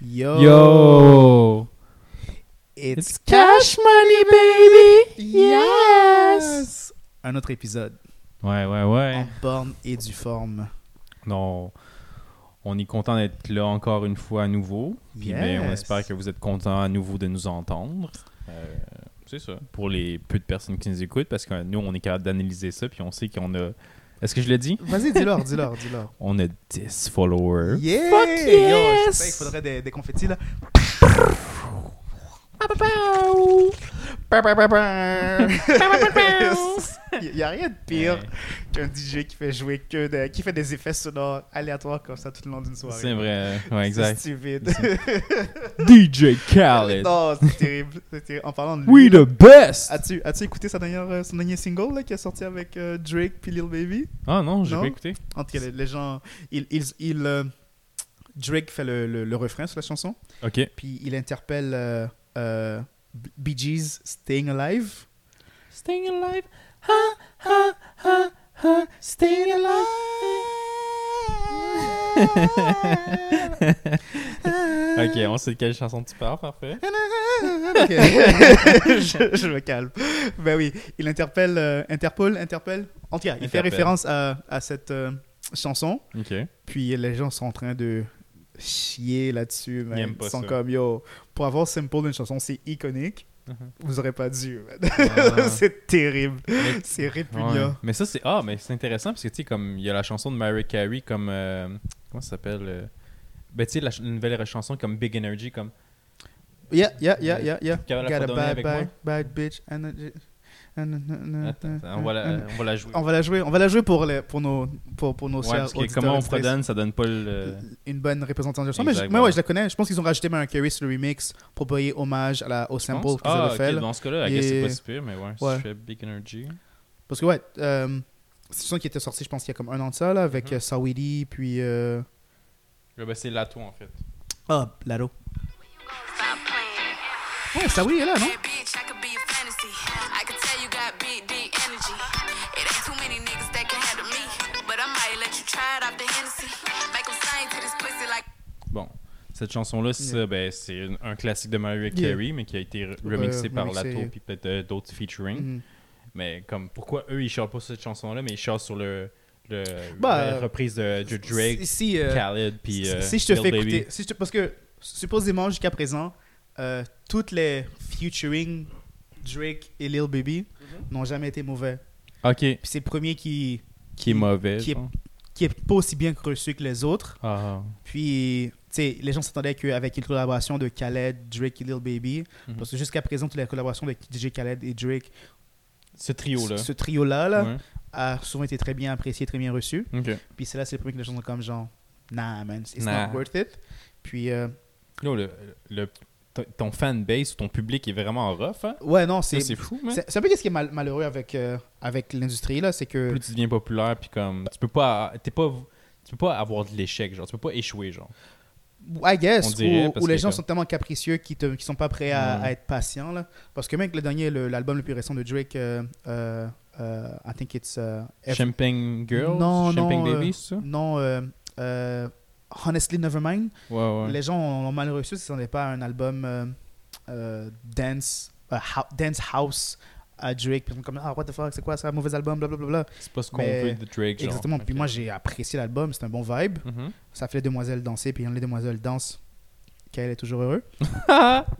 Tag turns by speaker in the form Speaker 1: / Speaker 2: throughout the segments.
Speaker 1: Yo.
Speaker 2: Yo!
Speaker 1: It's,
Speaker 2: It's cash money, baby! Yes!
Speaker 1: yes. Un autre épisode.
Speaker 2: Ouais, ouais, ouais.
Speaker 1: En borne et du forme.
Speaker 2: Non, on est content d'être là encore une fois à nouveau. Puis
Speaker 1: Yes.
Speaker 2: ben, on espère que vous êtes content à nouveau de nous entendre. Euh, c'est ça. Pour les peu de personnes qui nous écoutent, parce que nous, on est capable d'analyser ça, puis on sait qu'on a. Est-ce que je l'ai dit?
Speaker 1: Vas-y, dis-leur, dis-leur, dis-leur.
Speaker 2: On a 10 followers.
Speaker 1: Hein? Yeah!
Speaker 2: Fuck
Speaker 1: Yo,
Speaker 2: yes.
Speaker 1: je sais, il faudrait des, des confettis là. Il n'y a rien de pire
Speaker 2: Ouais.
Speaker 1: qu'un DJ qui fait jouer que des- qui fait des effets sonores aléatoires comme ça tout le long d'une soirée.
Speaker 2: C'est vrai. Ouais,
Speaker 1: C'est
Speaker 2: exact.
Speaker 1: stupide.
Speaker 2: DJ Khaled!
Speaker 1: non, c'est terrible. c'est terrible. En parlant de lui,
Speaker 2: We
Speaker 1: là,
Speaker 2: the best!
Speaker 1: as-tu as écouté sa dernière, euh, son dernier single là, qui est sorti avec euh, Drake puis Lil Baby?
Speaker 2: Ah non, j'ai
Speaker 1: Non.
Speaker 2: pas écouté.
Speaker 1: En tout cas, les, les gens, ils, ils, ils, euh, Drake fait le- le- le refrain sur la chanson.
Speaker 2: Ok.
Speaker 1: Puis il interpelle euh, euh, B- Bee Gees Staying Alive.
Speaker 2: Staying alive. Ha, ha, ha, ha. Staying alive. ok, on sait de quelle chanson tu parles, parfait.
Speaker 1: Ok. je, je me calme. Ben oui, il interpelle, euh, Interpol, Interpel. En tout cas, il fait
Speaker 2: Interpel.
Speaker 1: référence à, à cette euh, chanson.
Speaker 2: Ok.
Speaker 1: Puis les gens sont en train de chier là-dessus. man.
Speaker 2: aiment pas
Speaker 1: Ils sont
Speaker 2: ça.
Speaker 1: comme, yo, pour avoir Simple d'une chanson, c'est iconique.
Speaker 2: Mhm.
Speaker 1: Vous aurez pas dû. man.
Speaker 2: Ah.
Speaker 1: c'est terrible.
Speaker 2: Mais-
Speaker 1: C'est
Speaker 2: Ouais.
Speaker 1: répugnant.
Speaker 2: Mais ça, c'est. Ah, mais c'est intéressant parce que, tu sais, comme il y a la chanson de Mary Carey comme. euh, Comment ça s'appelle euh, Ben, tu sais, la ch- une nouvelle chanson comme Big Energy, comme.
Speaker 1: Yeah, yeah, yeah, yeah, yeah.
Speaker 2: Capable de la
Speaker 1: Got a
Speaker 2: fredonner
Speaker 1: bad,
Speaker 2: avec
Speaker 1: bad,
Speaker 2: moi?
Speaker 1: bad bitch. and a- and uh, a- and a-
Speaker 2: Attends, attends, on, va la, on va la jouer.
Speaker 1: On va la jouer. On va la jouer pour les, pour nos pour, pour nos
Speaker 2: Ouais,
Speaker 1: chers
Speaker 2: parce que
Speaker 1: auditeurs
Speaker 2: comment on
Speaker 1: auditrices.
Speaker 2: fredonne, ça donne pas le.
Speaker 1: une bonne représentation. Mais, je,
Speaker 2: Exact,
Speaker 1: mais ouais,
Speaker 2: voilà.
Speaker 1: je la connais. Je pense qu'ils ont rajouté Mariah Carey sur le remix pour payer hommage à la, au
Speaker 2: Je pense-
Speaker 1: sample qu'ils
Speaker 2: ah,
Speaker 1: avaient fait.
Speaker 2: ok,
Speaker 1: là.
Speaker 2: dans ce cas-là, I
Speaker 1: Il
Speaker 2: guess c'est
Speaker 1: est-
Speaker 2: pas si pire, mais ouais, si
Speaker 1: Ouais.
Speaker 2: je fais Big Energy.
Speaker 1: Parce que ouais, euh, c'est une chanson qui était sortie, je pense, il y a comme un an de ça, là, avec
Speaker 2: Mhm.
Speaker 1: euh, Saweetie, puis... euh,
Speaker 2: Ouais, ben, c'est Lato en fait.
Speaker 1: Ah, Lado. Ouais, Saweetie est là, non?
Speaker 3: Bitch, I could be a fantasy. I could tell you got big, deep energy. It ain't too many niggas that can handle me. But I might let you try it off the Hennessy. Make 'em sing to this pussy like.
Speaker 2: Bon, cette chanson-là, c'est
Speaker 1: Yeah.
Speaker 2: ben, c'est une- un classique de Mariah
Speaker 1: Yeah.
Speaker 2: Carey, mais qui a été re-
Speaker 1: Re-
Speaker 2: remixé par
Speaker 1: remixé.
Speaker 2: Lato puis peut-être euh, d'autres featuring.
Speaker 1: Mhm.
Speaker 2: Mais comme pourquoi eux ils chantent pas cette chanson-là, mais ils chantent sur le, le
Speaker 1: Bah,
Speaker 2: la reprise de, de Drake,
Speaker 1: Si- si, euh,
Speaker 2: Khaled puis
Speaker 1: si,
Speaker 2: euh,
Speaker 1: si je te
Speaker 2: Lil
Speaker 1: fais
Speaker 2: Baby.
Speaker 1: écouter, si je te- parce que supposément jusqu'à présent, euh, toutes les featuring Drake et Lil Baby n'ont jamais été mauvais.
Speaker 2: Ok,
Speaker 1: Puis c'est le premier qui
Speaker 2: qui est mauvais.
Speaker 1: qui est-
Speaker 2: genre.
Speaker 1: qui est pas aussi bien reçu que les autres.
Speaker 2: Ah.
Speaker 1: Puis tu sais, les gens s'attendaient qu'avec une collaboration de Khaled, Drake et Lil Baby,
Speaker 2: Mhm.
Speaker 1: parce que jusqu'à présent toutes les collaborations de DJ Khaled et Drake,
Speaker 2: ce trio là.
Speaker 1: ce trio là, là
Speaker 2: Ouais.
Speaker 1: a souvent été très bien apprécié, très bien reçu.
Speaker 2: Ok.
Speaker 1: Puis c'est là c'est le premier que les gens sont comme genre, nah man, it's
Speaker 2: Nah.
Speaker 1: not worth it. Puis euh,
Speaker 2: Yo, le, le- ton- ton fanbase ou ton public est vraiment rough. Hein?
Speaker 1: ouais non
Speaker 2: Ça,
Speaker 1: c'est
Speaker 2: C'est fou, mais
Speaker 1: C'est c'est un peu ce qui est mal- malheureux avec, euh, avec l'industrie, là, c'est que...
Speaker 2: plus tu deviens populaire puis comme tu peux pas t'es pas tu peux pas avoir de l'échec genre tu peux pas échouer genre.
Speaker 1: I
Speaker 2: On
Speaker 1: guess,
Speaker 2: dirait,
Speaker 1: où,
Speaker 2: parce
Speaker 1: où les
Speaker 2: que
Speaker 1: gens
Speaker 2: comme-
Speaker 1: sont tellement capricieux qu'ils ne sont pas prêts à,
Speaker 2: Mm.
Speaker 1: à être patients, là. Parce que, mec, le dernier, le- l'album le, plus récent de Drake, euh, euh, euh, I think it's... euh, F-
Speaker 2: Champagne Girls,
Speaker 1: Non,
Speaker 2: Champagne
Speaker 1: non,
Speaker 2: Baby,
Speaker 1: euh,
Speaker 2: c'est ça?
Speaker 1: Non, euh, euh, Honestly Nevermind.
Speaker 2: Ouais, ouais.
Speaker 1: Les gens ont, ont mal reçu si ce n'est pas un album euh, euh, dance, euh, hou- dance house à Drake. Puis ils sont comme, ah, what the fuck, c'est quoi ça, mauvais album, blablabla.
Speaker 2: C'est pas ce qu'on
Speaker 1: mais-
Speaker 2: veut de Drake genre.
Speaker 1: Exactement. Puis
Speaker 2: Ok.
Speaker 1: moi, j'ai apprécié l'album, c'est un bon vibe.
Speaker 2: Mhm.
Speaker 1: ça fait les demoiselles danser, puis quand les demoiselles dansent, Kyle est toujours heureux.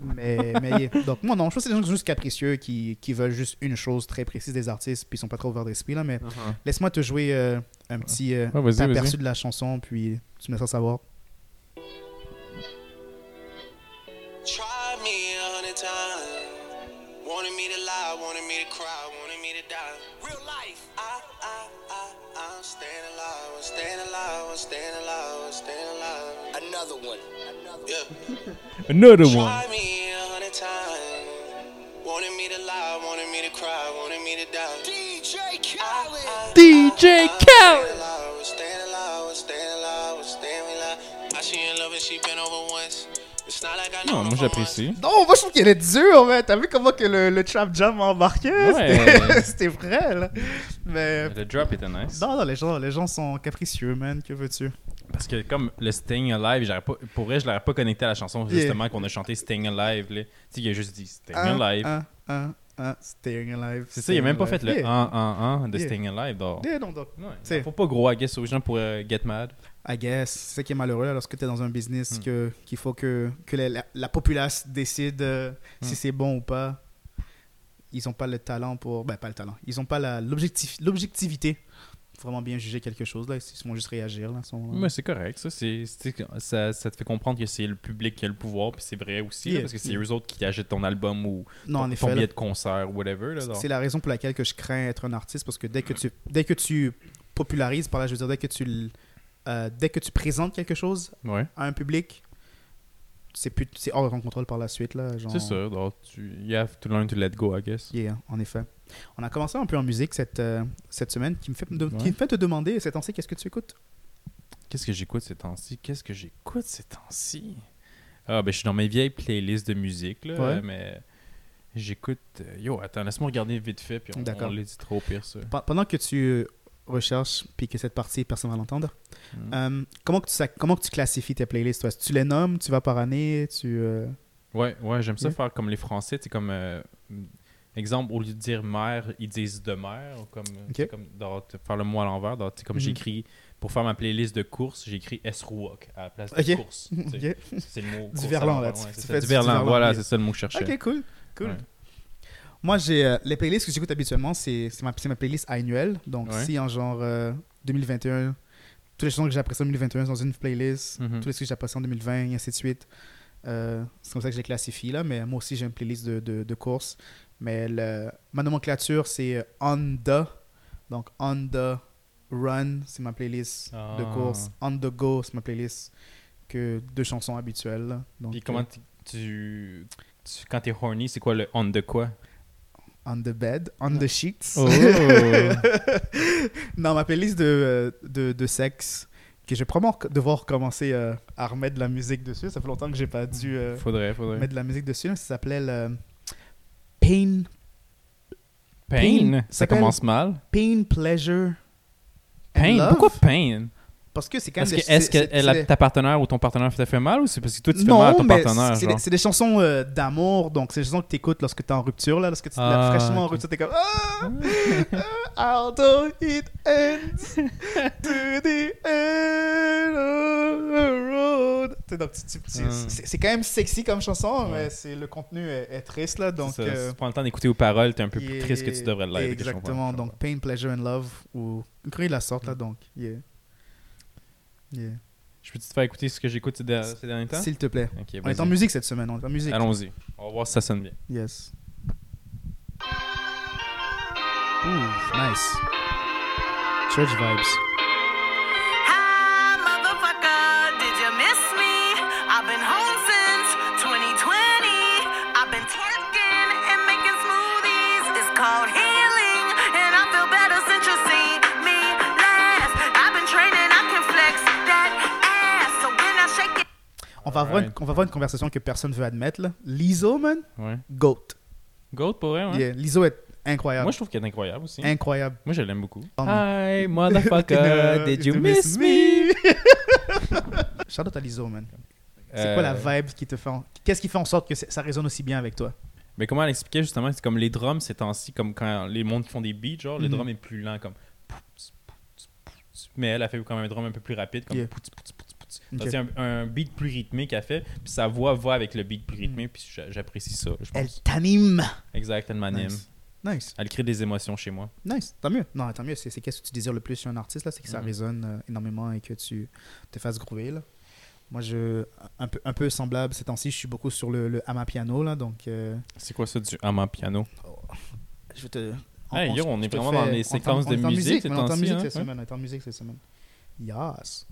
Speaker 1: mais, mais yeah. donc moi non, je pense que c'est des gens qui sont juste capricieux, qui, qui veulent juste une chose très précise des artistes, puis ils sont pas trop ouverts d'esprit là. Mais laisse-moi te jouer euh, un petit euh,
Speaker 2: Uh-huh. Ouais, vas-y,
Speaker 1: aperçu
Speaker 2: vas-y.
Speaker 1: de la chanson, puis tu me laisses savoir.
Speaker 4: Tried me a hundred times. Wanted me to lie, wanted me to cry, wanted me to die. Real life. I, I, I, I'm staying alive, I'm staying alive, I'm staying alive, I'm staying alive. Another one. Another
Speaker 2: Another
Speaker 4: yeah. Tried me a hundred times. Wanted me to lie, wanted me to cry, wanted me to die. DJ Khaled.
Speaker 2: DJ
Speaker 4: Staying alive, staying alive, staying alive, staying alive. I she in love and she been over once. It's not like I know
Speaker 2: Non,
Speaker 4: her
Speaker 2: moi
Speaker 4: for months.
Speaker 2: j'apprécie.
Speaker 1: Non, moi je trouve qu'elle est dure, mais t'as vu comment que le, le trap jam m'a embarqué
Speaker 2: Ouais.
Speaker 1: C'était vrai là. Mais
Speaker 2: Le drop était nice.
Speaker 1: non, non, les gens, les gens sont capricieux, man. Que veux-tu
Speaker 2: Parce que comme le Sting Alive, j'aurais pas, pour vrai, je l'aurais pas connecté à la chanson
Speaker 1: Yeah.
Speaker 2: justement qu'on a chanté Sting Alive. là. Tu sais, il a juste dit Sting
Speaker 1: Un,
Speaker 2: Alive.
Speaker 1: un, un, un, Staying Alive.
Speaker 2: C'est ça, il a même pas fait
Speaker 1: Staying Alive.
Speaker 2: le 1 1 1 de
Speaker 1: Yeah.
Speaker 2: Sting Alive dehors.
Speaker 1: Yeah, yeah, non, donc,
Speaker 2: Ouais,
Speaker 1: C'est-
Speaker 2: faut pas gros, I guess, aux gens pour euh, get mad.
Speaker 1: I guess. C'est ça qui est malheureux là, lorsque tu es dans un business
Speaker 2: Mm.
Speaker 1: que- qu'il faut que, que la, la- la populace décide euh,
Speaker 2: Mm.
Speaker 1: si c'est bon ou pas. Ils n'ont pas le talent pour. Ben, pas le talent. Ils n'ont pas la- l'objectif- l'objectivité pour vraiment bien juger quelque chose. Là. Ils euh, vont juste réagir. Là, à ce moment-là.
Speaker 2: Mais c'est correct, ça, c'est, c'est- ça. ça te fait comprendre que c'est le public qui a le pouvoir, puis c'est vrai aussi, là,
Speaker 1: Yeah.
Speaker 2: parce que c'est eux autres qui achètent ton album ou
Speaker 1: non,
Speaker 2: ton,
Speaker 1: en
Speaker 2: ton
Speaker 1: effet. là,
Speaker 2: billet de concert ou whatever. Là, donc.
Speaker 1: c'est la raison pour laquelle que je crains être un artiste parce que dès que tu, dès que tu popularises, par là, je veux dire, dès que tu, l- euh, dès que tu présentes quelque chose
Speaker 2: Ouais,
Speaker 1: à un public, c'est plus c'est hors de ton contrôle par la suite là. genre-
Speaker 2: c'est ça. Donc, tu, you have to learn to let go, I guess.
Speaker 1: Yeah, en effet. On a commencé un peu en musique cette, euh, cette semaine qui me fait, de-
Speaker 2: Ouais.
Speaker 1: qui me fait te demander cette année qu'est-ce que tu écoutes
Speaker 2: Qu'est-ce que j'écoute ces temps-ci? Qu'est-ce que j'écoute ces temps-ci? Ah, ben, je suis dans mes vieilles playlists de musique, là,
Speaker 1: Ouais.
Speaker 2: mais j'écoute... euh, Yo, attends, laisse-moi regarder vite fait, puis on,
Speaker 1: D'accord.
Speaker 2: on les dit trop pire, ça.
Speaker 1: Pe- Pendant que tu euh, recherches puis que cette partie personne va l'entendre,
Speaker 2: Mm.
Speaker 1: euh, comment, que tu, sa- comment que tu classifies tes playlists toi? Est-ce que Tu les nommes, tu vas par année, tu. euh,
Speaker 2: Ouais, ouais, j'aime ça
Speaker 1: Yeah.
Speaker 2: faire comme les Français, c'est comme euh, exemple au lieu de dire mère, ils disent de mère ou comme euh,
Speaker 1: Ok.
Speaker 2: t'sais, comme dans- t- faire le mot à l'envers, dans- t'sais, comme
Speaker 1: Mhm.
Speaker 2: j'écris pour faire ma playlist de course, j'écris S-Rouok à la place de
Speaker 1: Ok.
Speaker 2: course. t'sais.
Speaker 1: Ok.
Speaker 2: C'est le mot course à
Speaker 1: verlan, là,
Speaker 2: l'envers,
Speaker 1: tu-
Speaker 2: ouais,
Speaker 1: tu
Speaker 2: c'est
Speaker 1: fais
Speaker 2: ça,
Speaker 1: du-
Speaker 2: du
Speaker 1: du
Speaker 2: verlan,
Speaker 1: verlan,
Speaker 2: voilà,
Speaker 1: yeah.
Speaker 2: c'est ça le mot que je cherchais.
Speaker 1: Ok, cool. cool.
Speaker 2: Ouais.
Speaker 1: Moi, j'ai euh, les playlists que j'écoute habituellement, c'est c'est ma, c'est ma playlist annuelle. Donc,
Speaker 2: Ouais.
Speaker 1: si en genre euh, 2021, toutes les chansons que j'ai appréciées en 2021 sont dans une playlist,
Speaker 2: Mhm.
Speaker 1: toutes les que j'ai appréciées en 2020, et ainsi de suite. Euh, c'est comme ça que je les classifie là. Mais moi aussi, j'ai une playlist de, de, de courses. Mais le- ma nomenclature, c'est euh, On The. Donc, On The Run, c'est ma playlist de
Speaker 2: Ah.
Speaker 1: course. On The Go, c'est ma playlist que deux chansons habituelles. là. Donc, euh,
Speaker 2: Puis comment t- tu, tu- quand t'es horny, c'est quoi le on de quoi
Speaker 1: euh, On The Bed, On The Sheets.
Speaker 2: Oh. ouais,
Speaker 1: Non, ma playlist de, euh, de, de sexe, que je vais probablement rec- devoir commencer euh, à remettre de la musique dessus. Ça fait longtemps que j'ai pas dû euh,
Speaker 2: Faudrait, faudrait.
Speaker 1: mettre de la musique dessus. Ça s'appelait le Pain,
Speaker 2: Pain,
Speaker 1: Pain,
Speaker 2: ça
Speaker 1: s'appelle-
Speaker 2: commence mal.
Speaker 1: Pain Pleasure. and
Speaker 2: Pain,
Speaker 1: Love.
Speaker 2: pourquoi pain
Speaker 1: Parce que c'est quand
Speaker 2: Parce
Speaker 1: même.
Speaker 2: que est-ce que elle a- ta partenaire ou ton partenaire t'a fait mal ou c'est parce que toi tu fais
Speaker 1: non,
Speaker 2: mal à ton
Speaker 1: mais
Speaker 2: partenaire
Speaker 1: c'est
Speaker 2: genre?
Speaker 1: des, c'est des chansons euh, d'amour, donc c'est des chansons que t'écoutes lorsque t'es en rupture, là, lorsque tu
Speaker 2: Ah,
Speaker 1: fraîchement en
Speaker 2: ok.
Speaker 1: rupture, t'es comme ah, ah, Although it ends to the end of the road. T'sais, donc, tu- tu- tu-
Speaker 2: Ah.
Speaker 1: c'est c'est quand même sexy comme chanson,
Speaker 2: Ouais.
Speaker 1: mais c'est le contenu est, est triste là, donc.
Speaker 2: C'est ça,
Speaker 1: euh,
Speaker 2: Si tu prends le temps d'écouter aux paroles, t'es un peu plus
Speaker 1: yeah,
Speaker 2: triste que tu devrais l'être. quelque chose comme ça.
Speaker 1: Exactement, donc pain, pleasure and love ou une crie de la sorte
Speaker 2: Hmm.
Speaker 1: là, donc yeah, Yeah.
Speaker 2: Je peux-tu te faire écouter ce que j'écoute ces, der- ces derniers temps
Speaker 1: S'il te plaît.
Speaker 2: Ok,
Speaker 1: On
Speaker 2: vas-y.
Speaker 1: est en musique cette semaine, on est en musique.
Speaker 2: Allons-y. On va voir si ça sonne bien.
Speaker 1: Yes. Ooh, nice. Church vibes.
Speaker 3: Hi, motherfucker, did you miss me? I've been home since 2020. I've been twerking and making smoothies. It's called healing, and I feel better since you seen me last. I've been training, I can flex that ass. So when I shake it,
Speaker 1: On va, avoir une,
Speaker 2: Alright.
Speaker 1: on va avoir une conversation que personne veut admettre. Là. Lizzo, man,
Speaker 2: Ouais.
Speaker 1: goat.
Speaker 2: Gold pour vrai, ouais.
Speaker 1: Yeah, Lizzo est incroyable.
Speaker 2: Moi, je trouve qu'elle est incroyable aussi.
Speaker 1: incroyable.
Speaker 2: Moi, je l'aime beaucoup.
Speaker 1: Pardon.
Speaker 2: Hi, motherfucker, did you miss me?
Speaker 1: Shout out à Lizzo, man. C'est
Speaker 2: Euh,
Speaker 1: quoi la vibe qui te fait. en- Qu'est-ce qui fait en sorte que c'est- ça résonne aussi bien avec toi
Speaker 2: Mais comment elle expliquait justement, c'est comme les drums, c'est ainsi comme quand les mondes qui font des beats, genre, le
Speaker 1: Mhm.
Speaker 2: drum est plus lent, comme. Mais elle a fait quand même un drum un peu plus rapide, comme.
Speaker 1: Yeah.
Speaker 2: Donc,
Speaker 1: Ok.
Speaker 2: c'est un, un beat plus rythmé qu'elle fait, puis sa voix va avec le beat plus rythmé, puis j'a- j'apprécie ça,
Speaker 1: Mhm.
Speaker 2: je
Speaker 1: Elle
Speaker 2: pense.
Speaker 1: t'anime.
Speaker 2: Exact, elle m'anime.
Speaker 1: Nice. Nice,
Speaker 2: Elle crée des émotions chez moi.
Speaker 1: nice, tant mieux. Non, tant mieux, c'est c'est qu'est-ce que tu désires le plus sur un artiste, là, c'est que ça
Speaker 2: Mhm.
Speaker 1: résonne euh, énormément et que tu te fasses groover, là. Moi, je, un peu, un peu semblable, ces temps-ci, je suis beaucoup sur le, le Ama Piano, là, donc... euh,
Speaker 2: C'est quoi ça du ama piano?
Speaker 1: je vais te...
Speaker 2: Hey, yo, on
Speaker 1: je
Speaker 2: est
Speaker 1: te
Speaker 2: vraiment dans les
Speaker 1: on est en-
Speaker 2: séquences
Speaker 1: on
Speaker 2: de
Speaker 1: est en
Speaker 2: musique ces
Speaker 1: mais On est en
Speaker 2: temps-ci,
Speaker 1: musique
Speaker 2: hein,
Speaker 1: cette
Speaker 2: ouais.
Speaker 1: semaine, on est en musique cette semaine. Yes.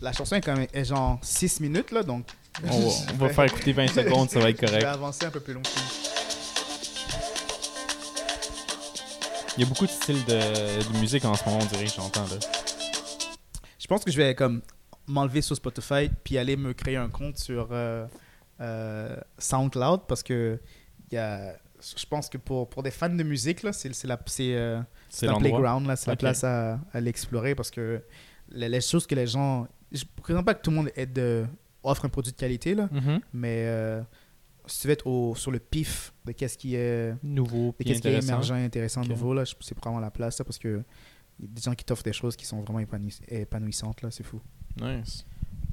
Speaker 1: La chanson est quand même est genre 6 minutes, là, donc...
Speaker 2: On va, on va faire écouter 20 secondes, ça va être
Speaker 1: Je vais
Speaker 2: correct.
Speaker 1: avancer un peu plus longtemps.
Speaker 2: Il y a beaucoup de styles de, de musique en ce moment, on dirait que j'entends là.
Speaker 1: Je pense que je vais comme m'enlever sur Spotify puis aller me créer un compte sur euh, euh, SoundCloud parce que il y a je pense que pour, pour des fans de musique, là, c'est c'est la, c'est, euh,
Speaker 2: C'est
Speaker 1: la
Speaker 2: l'endroit.
Speaker 1: playground, là, c'est la
Speaker 2: Ok.
Speaker 1: place à, à l'explorer parce que les, les choses que les gens. Je ne présente pas que tout le monde aide, de- offre un produit de qualité, là,
Speaker 2: Mhm.
Speaker 1: mais euh, si tu veux être au, sur le pif de qu'est-ce qui est,
Speaker 2: Nouveau.
Speaker 1: de
Speaker 2: puis
Speaker 1: qu'est-ce qui est
Speaker 2: intéressant.
Speaker 1: émergent, intéressant,
Speaker 2: Ok.
Speaker 1: nouveau, là, je- c'est probablement la place là, parce que y a des gens qui t'offrent des choses qui sont vraiment épanouis- épanouissantes, là, c'est fou.
Speaker 2: Nice.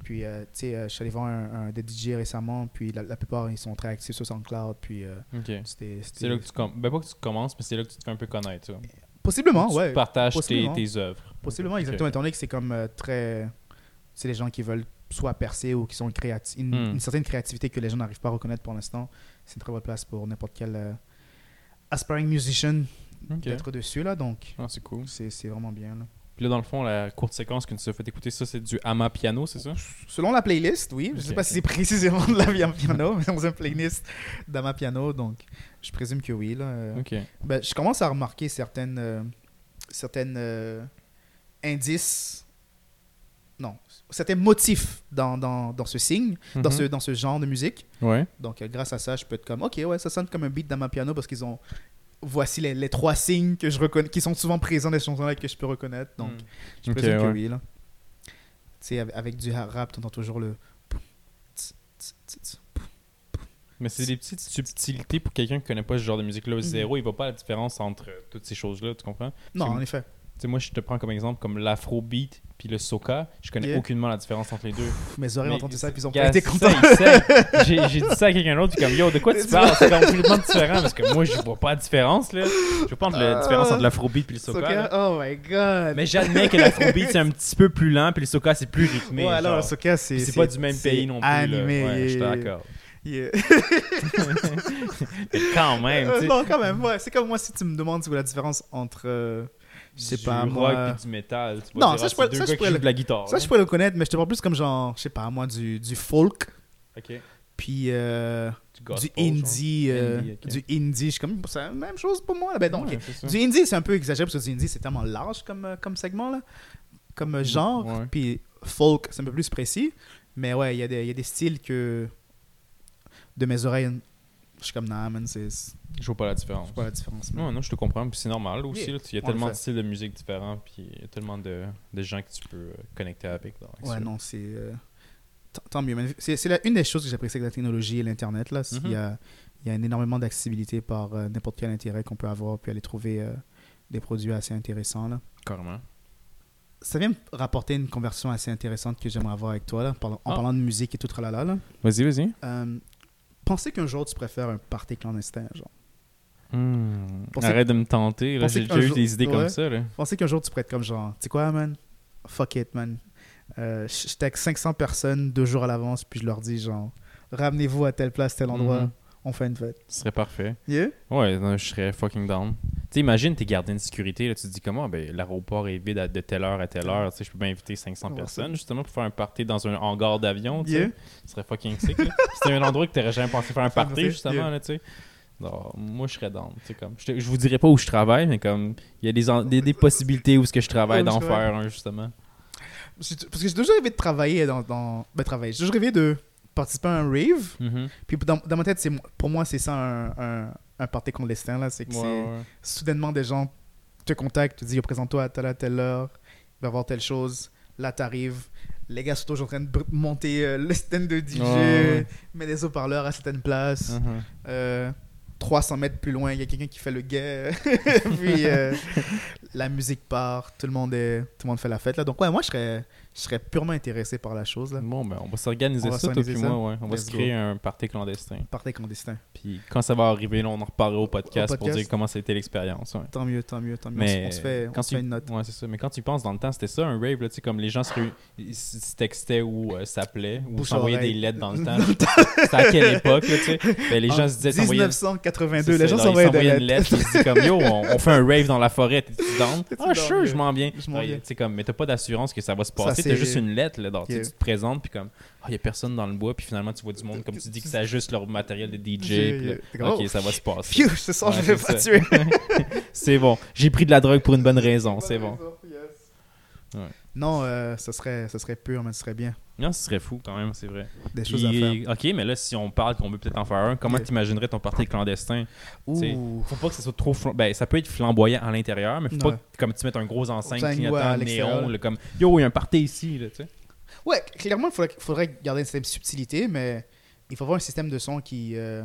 Speaker 1: Puis, euh, tu sais, euh, je suis allé voir un, un des DJ récemment, puis la, la plupart, ils sont très actifs sur SoundCloud, puis euh,
Speaker 2: Ok.
Speaker 1: c'était... c'était-
Speaker 2: C'est là que tu com- ben, pas que tu commences, mais c'est là que tu te fais un peu connaître. tu vois.
Speaker 1: Possiblement,
Speaker 2: tu
Speaker 1: ouais.
Speaker 2: partages tes,
Speaker 1: possiblement.
Speaker 2: tes œuvres.
Speaker 1: Possiblement,
Speaker 2: Ok.
Speaker 1: exactement. Étant donné que c'est comme euh, très... C'est les gens qui veulent soit percer ou qui sont créatifs. Une,
Speaker 2: Hmm.
Speaker 1: une certaine créativité que les gens n'arrivent pas à reconnaître pour l'instant. C'est une très bonne place pour n'importe quel euh, aspiring musician
Speaker 2: Ok.
Speaker 1: d'être dessus, là. Donc,
Speaker 2: Ah, c'est cool.
Speaker 1: c'est c'est vraiment bien, là.
Speaker 2: Puis là, dans le fond, la courte séquence que tu t'es fait écouter, ça, c'est du Ama Piano, c'est ça?
Speaker 1: Selon la playlist, oui. Je sais
Speaker 2: Ah. Ok,
Speaker 1: pas
Speaker 2: ok.
Speaker 1: si c'est précisément de la Via Piano, mais dans une playlist d'Ama Piano, donc je présume que oui, là. Euh,
Speaker 2: Ok.
Speaker 1: Ben, je commence à remarquer certaines, euh, certaines euh, indices, non, certains motifs dans, dans, dans ce signe, dans,
Speaker 2: Mhm.
Speaker 1: ce, dans ce genre de musique.
Speaker 2: Ouais.
Speaker 1: Donc, euh, grâce à ça, je peux être comme, ok, ouais, ça sonne comme un beat d'Ama Piano parce qu'ils ont. Voici les, les trois signes que je reconnais, qui sont souvent présents dans ces chansons-là et que je peux reconnaître. Donc,
Speaker 2: Mm.
Speaker 1: je
Speaker 2: Ok,
Speaker 1: présume que
Speaker 2: ouais.
Speaker 1: oui, là. Tu sais, avec, avec du rap, t'entends toujours le.
Speaker 2: Mais c'est des petites subtilités pour quelqu'un qui connaît pas ce genre de musique-là.
Speaker 1: Mhm.
Speaker 2: Zéro, il voit pas la différence entre euh, toutes ces choses-là, tu comprends?
Speaker 1: Non,
Speaker 2: C'est-
Speaker 1: en effet.
Speaker 2: Tu sais, moi, je te prends comme exemple comme l'afrobeat puis le soca. Je connais
Speaker 1: Yeah.
Speaker 2: aucunement la différence entre les deux.
Speaker 1: Pff, Mes oreilles ont
Speaker 2: Mais
Speaker 1: entendu ça,
Speaker 2: c'est-
Speaker 1: puis ils ont pas
Speaker 2: Gars,
Speaker 1: été
Speaker 2: c'est ça,
Speaker 1: contents.
Speaker 2: il sait. J'ai j'ai dit ça à quelqu'un d'autre, puis comme yo, de quoi tu
Speaker 1: Tu
Speaker 2: parles C'est complètement différent parce que moi, je vois pas la différence là. Je vois pas entre la
Speaker 1: Ah.
Speaker 2: différence entre l'afrobeat puis le soca.
Speaker 1: Soca,
Speaker 2: là.
Speaker 1: Oh my god.
Speaker 2: Mais j'admets que l'afrobeat c'est un petit peu plus lent, puis le soca c'est plus rythmé.
Speaker 1: ouais,
Speaker 2: genre.
Speaker 1: alors, Soka, c'est.
Speaker 2: Puis c'est pas du même
Speaker 1: c'est
Speaker 2: pays non plus.
Speaker 1: Animé.
Speaker 2: là. Ouais, je suis
Speaker 1: yeah,
Speaker 2: d'accord.
Speaker 1: yeah.
Speaker 2: Mais quand même, tu
Speaker 1: Euh,
Speaker 2: sais.
Speaker 1: non, quand même, ouais. C'est comme moi si tu me demandes c'est quoi la différence entre. euh, je sais
Speaker 2: du
Speaker 1: pas,
Speaker 2: rock
Speaker 1: moi.
Speaker 2: puis du métal. tu
Speaker 1: Non,
Speaker 2: vois,
Speaker 1: ça,
Speaker 2: c'est
Speaker 1: je pourrais-
Speaker 2: deux
Speaker 1: ça,
Speaker 2: gars
Speaker 1: je
Speaker 2: qui
Speaker 1: pourrais
Speaker 2: jouent
Speaker 1: le-
Speaker 2: de la guitare.
Speaker 1: Ça, je
Speaker 2: là.
Speaker 1: pourrais le connaître, mais je te parle plus comme genre, je sais pas, moi, du, du folk.
Speaker 2: Ok.
Speaker 1: Puis euh,
Speaker 2: Du
Speaker 1: du
Speaker 2: gospel,
Speaker 1: indie, euh,
Speaker 2: Indie, ok.
Speaker 1: du indie, je suis comme c'est la même chose pour moi. là. Ben non,
Speaker 2: Ouais,
Speaker 1: ok.
Speaker 2: c'est ça.
Speaker 1: Du indie, c'est un peu exagéré parce que du indie, c'est tellement large comme, euh, comme segment, là, comme euh, genre.
Speaker 2: Ouais.
Speaker 1: Puis folk, c'est un peu plus précis. Mais ouais, il y, a des- il y a des styles que de mes oreilles, je suis comme, nah, man, c'est c'est
Speaker 2: Je vois pas la différence.
Speaker 1: pas la différence. man.
Speaker 2: Non, non, je te comprends, puis c'est normal aussi.
Speaker 1: Yeah.
Speaker 2: là, tu- il y a
Speaker 1: On
Speaker 2: tellement
Speaker 1: le
Speaker 2: de
Speaker 1: fait.
Speaker 2: styles de musique différents, puis il y a tellement de, de gens que tu peux euh, connecter avec. donc,
Speaker 1: Ouais,
Speaker 2: c'est-
Speaker 1: non, c'est. euh, tant- Tant mieux. man. C'est c'est la- une des choses que j'apprécie avec la technologie et l'Internet. là. c'est- Il y, a, il y a un énormément d'accessibilité par euh, n'importe quel intérêt qu'on peut avoir, puis aller trouver euh, des produits assez intéressants. Là.
Speaker 2: Carrément.
Speaker 1: Ça vient me rapporter une conversion assez intéressante que j'aimerais avoir avec toi, là, en, parlant, en
Speaker 2: Ah.
Speaker 1: parlant de musique et tout, tralala. Là.
Speaker 2: Vas-y, vas-y.
Speaker 1: Euh, pensez qu'un jour tu préfères un party clandestin. Genre. Pensez-
Speaker 2: Hmm. Arrête de me tenter. Là,
Speaker 1: Pensez
Speaker 2: j'ai
Speaker 1: qu'un
Speaker 2: déjà eu
Speaker 1: jour-
Speaker 2: des idées comme
Speaker 1: ouais.
Speaker 2: ça. Là.
Speaker 1: Pensez qu'un jour tu pourrais être comme genre, tu sais quoi, man? Fuck it, man. Euh, je je tag 500 personnes deux jours à l'avance, puis je leur dis genre, ramenez-vous à telle place, tel endroit,
Speaker 2: Mhm.
Speaker 1: on fait une fête.
Speaker 2: Ce serait parfait.
Speaker 1: Yeah.
Speaker 2: Ouais, non, je serais fucking down. Tu sais, imagine, t'es gardien de sécurité, là, tu te dis comment, ben, l'aéroport est vide à- de telle heure à telle heure, tu sais, je peux bien inviter 500
Speaker 1: Ouais,
Speaker 2: personnes,
Speaker 1: c'est-
Speaker 2: justement, pour faire un party dans un hangar d'avion, tu sais.
Speaker 1: Yeah.
Speaker 2: Ce serait fucking sick, là. C'était un endroit que t'aurais jamais pensé faire un
Speaker 1: Faire un
Speaker 2: party,
Speaker 1: party,
Speaker 2: justement,
Speaker 1: yeah.
Speaker 2: là, tu sais. Non, moi, je serais down, tu sais, comme, je, te- je vous dirais pas où je travaille, mais comme, il y a des, en- des, des possibilités où ce que je travaille
Speaker 1: Où je
Speaker 2: d'en
Speaker 1: travaille.
Speaker 2: faire un, justement.
Speaker 1: J'ai- Parce que j'ai toujours rêvé de travailler dans. dans... Ben, travailler. J'ai toujours rêvé de participer à un rave.
Speaker 2: Mhm.
Speaker 1: Puis dans, dans ma tête, c'est, pour moi, c'est ça un, un, un party clandestin. Là. C'est que
Speaker 2: Ouais,
Speaker 1: c'est
Speaker 2: ouais.
Speaker 1: soudainement des gens te contactent, te disent Yo, présente-toi à telle, à telle heure, il va y avoir telle chose. Là, t'arrives. Les gars sont toujours en train de br- monter euh, le stand de DJ,
Speaker 2: Ouais, ouais, ouais.
Speaker 1: mets des haut-parleurs à certaines places.
Speaker 2: Mhm.
Speaker 1: Euh, 300 mètres plus loin, il y a quelqu'un qui fait le guet. Puis euh, la musique part, tout le monde est, tout le monde fait la fête là. Donc ouais, moi je serais, je serais purement intéressé par la chose là.
Speaker 2: Bon, ben, on va s'organiser
Speaker 1: On va
Speaker 2: ça, toi puis
Speaker 1: s'organiser ça.
Speaker 2: moi, ouais. On va
Speaker 1: Let's
Speaker 2: se
Speaker 1: go.
Speaker 2: créer un party clandestin.
Speaker 1: Partez clandestin.
Speaker 2: Puis quand ça va arriver, là, on en reparlera au podcast,
Speaker 1: Au
Speaker 2: pour
Speaker 1: podcast.
Speaker 2: dire comment ça a été l'expérience. ouais.
Speaker 1: Tant mieux, tant mieux, tant mieux. On
Speaker 2: Mais
Speaker 1: se- on se fait,
Speaker 2: quand
Speaker 1: on se fait
Speaker 2: tu-
Speaker 1: une note.
Speaker 2: Ouais, c'est ça. Mais quand tu y penses dans le temps, c'était ça un rave, là, tu sais, comme les gens se, réu- ils se se textaient ou euh, s'appelaient ou
Speaker 1: Bouche à
Speaker 2: s'envoyaient des
Speaker 1: oreille.
Speaker 2: lettres dans le temps. C'était à quelle époque, là, tu sais. Ben, les gens
Speaker 1: En
Speaker 2: se disaient, s'envoyer-
Speaker 1: 1982,
Speaker 2: c'est
Speaker 1: Ben, les
Speaker 2: ça,
Speaker 1: gens
Speaker 2: genre,
Speaker 1: s'envoyaient des
Speaker 2: une
Speaker 1: lettres.
Speaker 2: lettre, ils se disaient comme yo, on, on fait un rave dans la forêt, t'es-tu down?
Speaker 1: T'es-tu
Speaker 2: Ah,
Speaker 1: down,
Speaker 2: sure, je
Speaker 1: yeah.
Speaker 2: m'en viens.
Speaker 1: Je m'en
Speaker 2: Ouais,
Speaker 1: viens.
Speaker 2: tu sais, comme, mais t'as pas d'assurance que ça va se
Speaker 1: Ça,
Speaker 2: passer, t'as
Speaker 1: c'est-
Speaker 2: juste une lettre, là, dans- tu sais,
Speaker 1: Yeah.
Speaker 2: tu te présentes, puis comme, ah, il y a personne dans le bois, puis finalement, tu vois du monde, comme tu dis que c'est juste leur matériel de DJ,
Speaker 1: Yeah,
Speaker 2: puis là,
Speaker 1: yeah. Oh.
Speaker 2: ok, ça va se passer.
Speaker 1: Phew, ce soir
Speaker 2: Ouais,
Speaker 1: je vais
Speaker 2: c'est
Speaker 1: pas
Speaker 2: ça.
Speaker 1: tuer.
Speaker 2: C'est bon. J'ai pris de la drogue pour une bonne raison. C'est bon. Ouais.
Speaker 1: Non, euh, ça, serait, ça serait pur, mais ce serait bien.
Speaker 2: Non, ce serait fou quand même, c'est vrai.
Speaker 1: Des
Speaker 2: Puis,
Speaker 1: choses à faire.
Speaker 2: Ok, mais là, si on parle qu'on veut peut-être en faire un, comment
Speaker 1: Yeah.
Speaker 2: t'imaginerais ton party clandestin t'sais,
Speaker 1: Ouh.
Speaker 2: Faut pas que ça soit trop. flam- Ben, ça peut être flamboyant à l'intérieur, mais faut
Speaker 1: Ouais.
Speaker 2: pas que, comme tu mettes un gros enseigne
Speaker 1: Enseigne, ouais,
Speaker 2: clignotant
Speaker 1: à
Speaker 2: néon,
Speaker 1: l'extérieur.
Speaker 2: là, comme Yo, il y a un party ici, là, tu sais.
Speaker 1: Ouais, clairement, il faudrait, faudrait garder une certaine subtilité, mais il faut avoir un système de son qui, euh,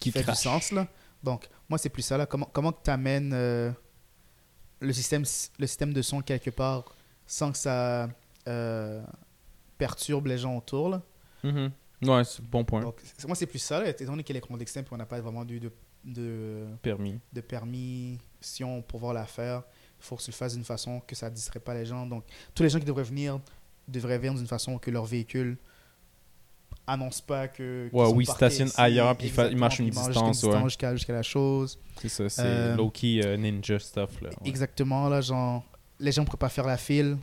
Speaker 2: Qui
Speaker 1: fait
Speaker 2: crache.
Speaker 1: du sens. Là. Donc, moi, c'est plus ça. Là. Comment, comment tu amènes le, système, le système de son quelque part sans que ça euh, perturbe les gens autour? Là.
Speaker 2: Mhm. Ouais, c'est bon point.
Speaker 1: Donc, c'est- moi, c'est plus ça. Là. Étant donné qu'elle est clandestine puis on n'a pas vraiment eu de, de,
Speaker 2: Permis.
Speaker 1: de permission pour voir l'affaire, il faut que tu le fasses d'une façon que ça ne distrait pas les gens. Donc, tous les gens qui devraient venir devraient venir d'une façon que leur véhicule annonce pas que. qu'ils
Speaker 2: Ouais,
Speaker 1: sont
Speaker 2: oui,
Speaker 1: parqués
Speaker 2: stationne
Speaker 1: ici.
Speaker 2: ailleurs, puis ils fa- ils
Speaker 1: Exactement,
Speaker 2: marchent
Speaker 1: puis
Speaker 2: une
Speaker 1: ils marchent
Speaker 2: distance, ouais.
Speaker 1: jusqu'à jusqu'à la chose.
Speaker 2: C'est ça, c'est
Speaker 1: Euh,
Speaker 2: low-key euh, ninja stuff, là. ouais.
Speaker 1: Exactement, là, genre, les gens ne pourraient pas faire la file.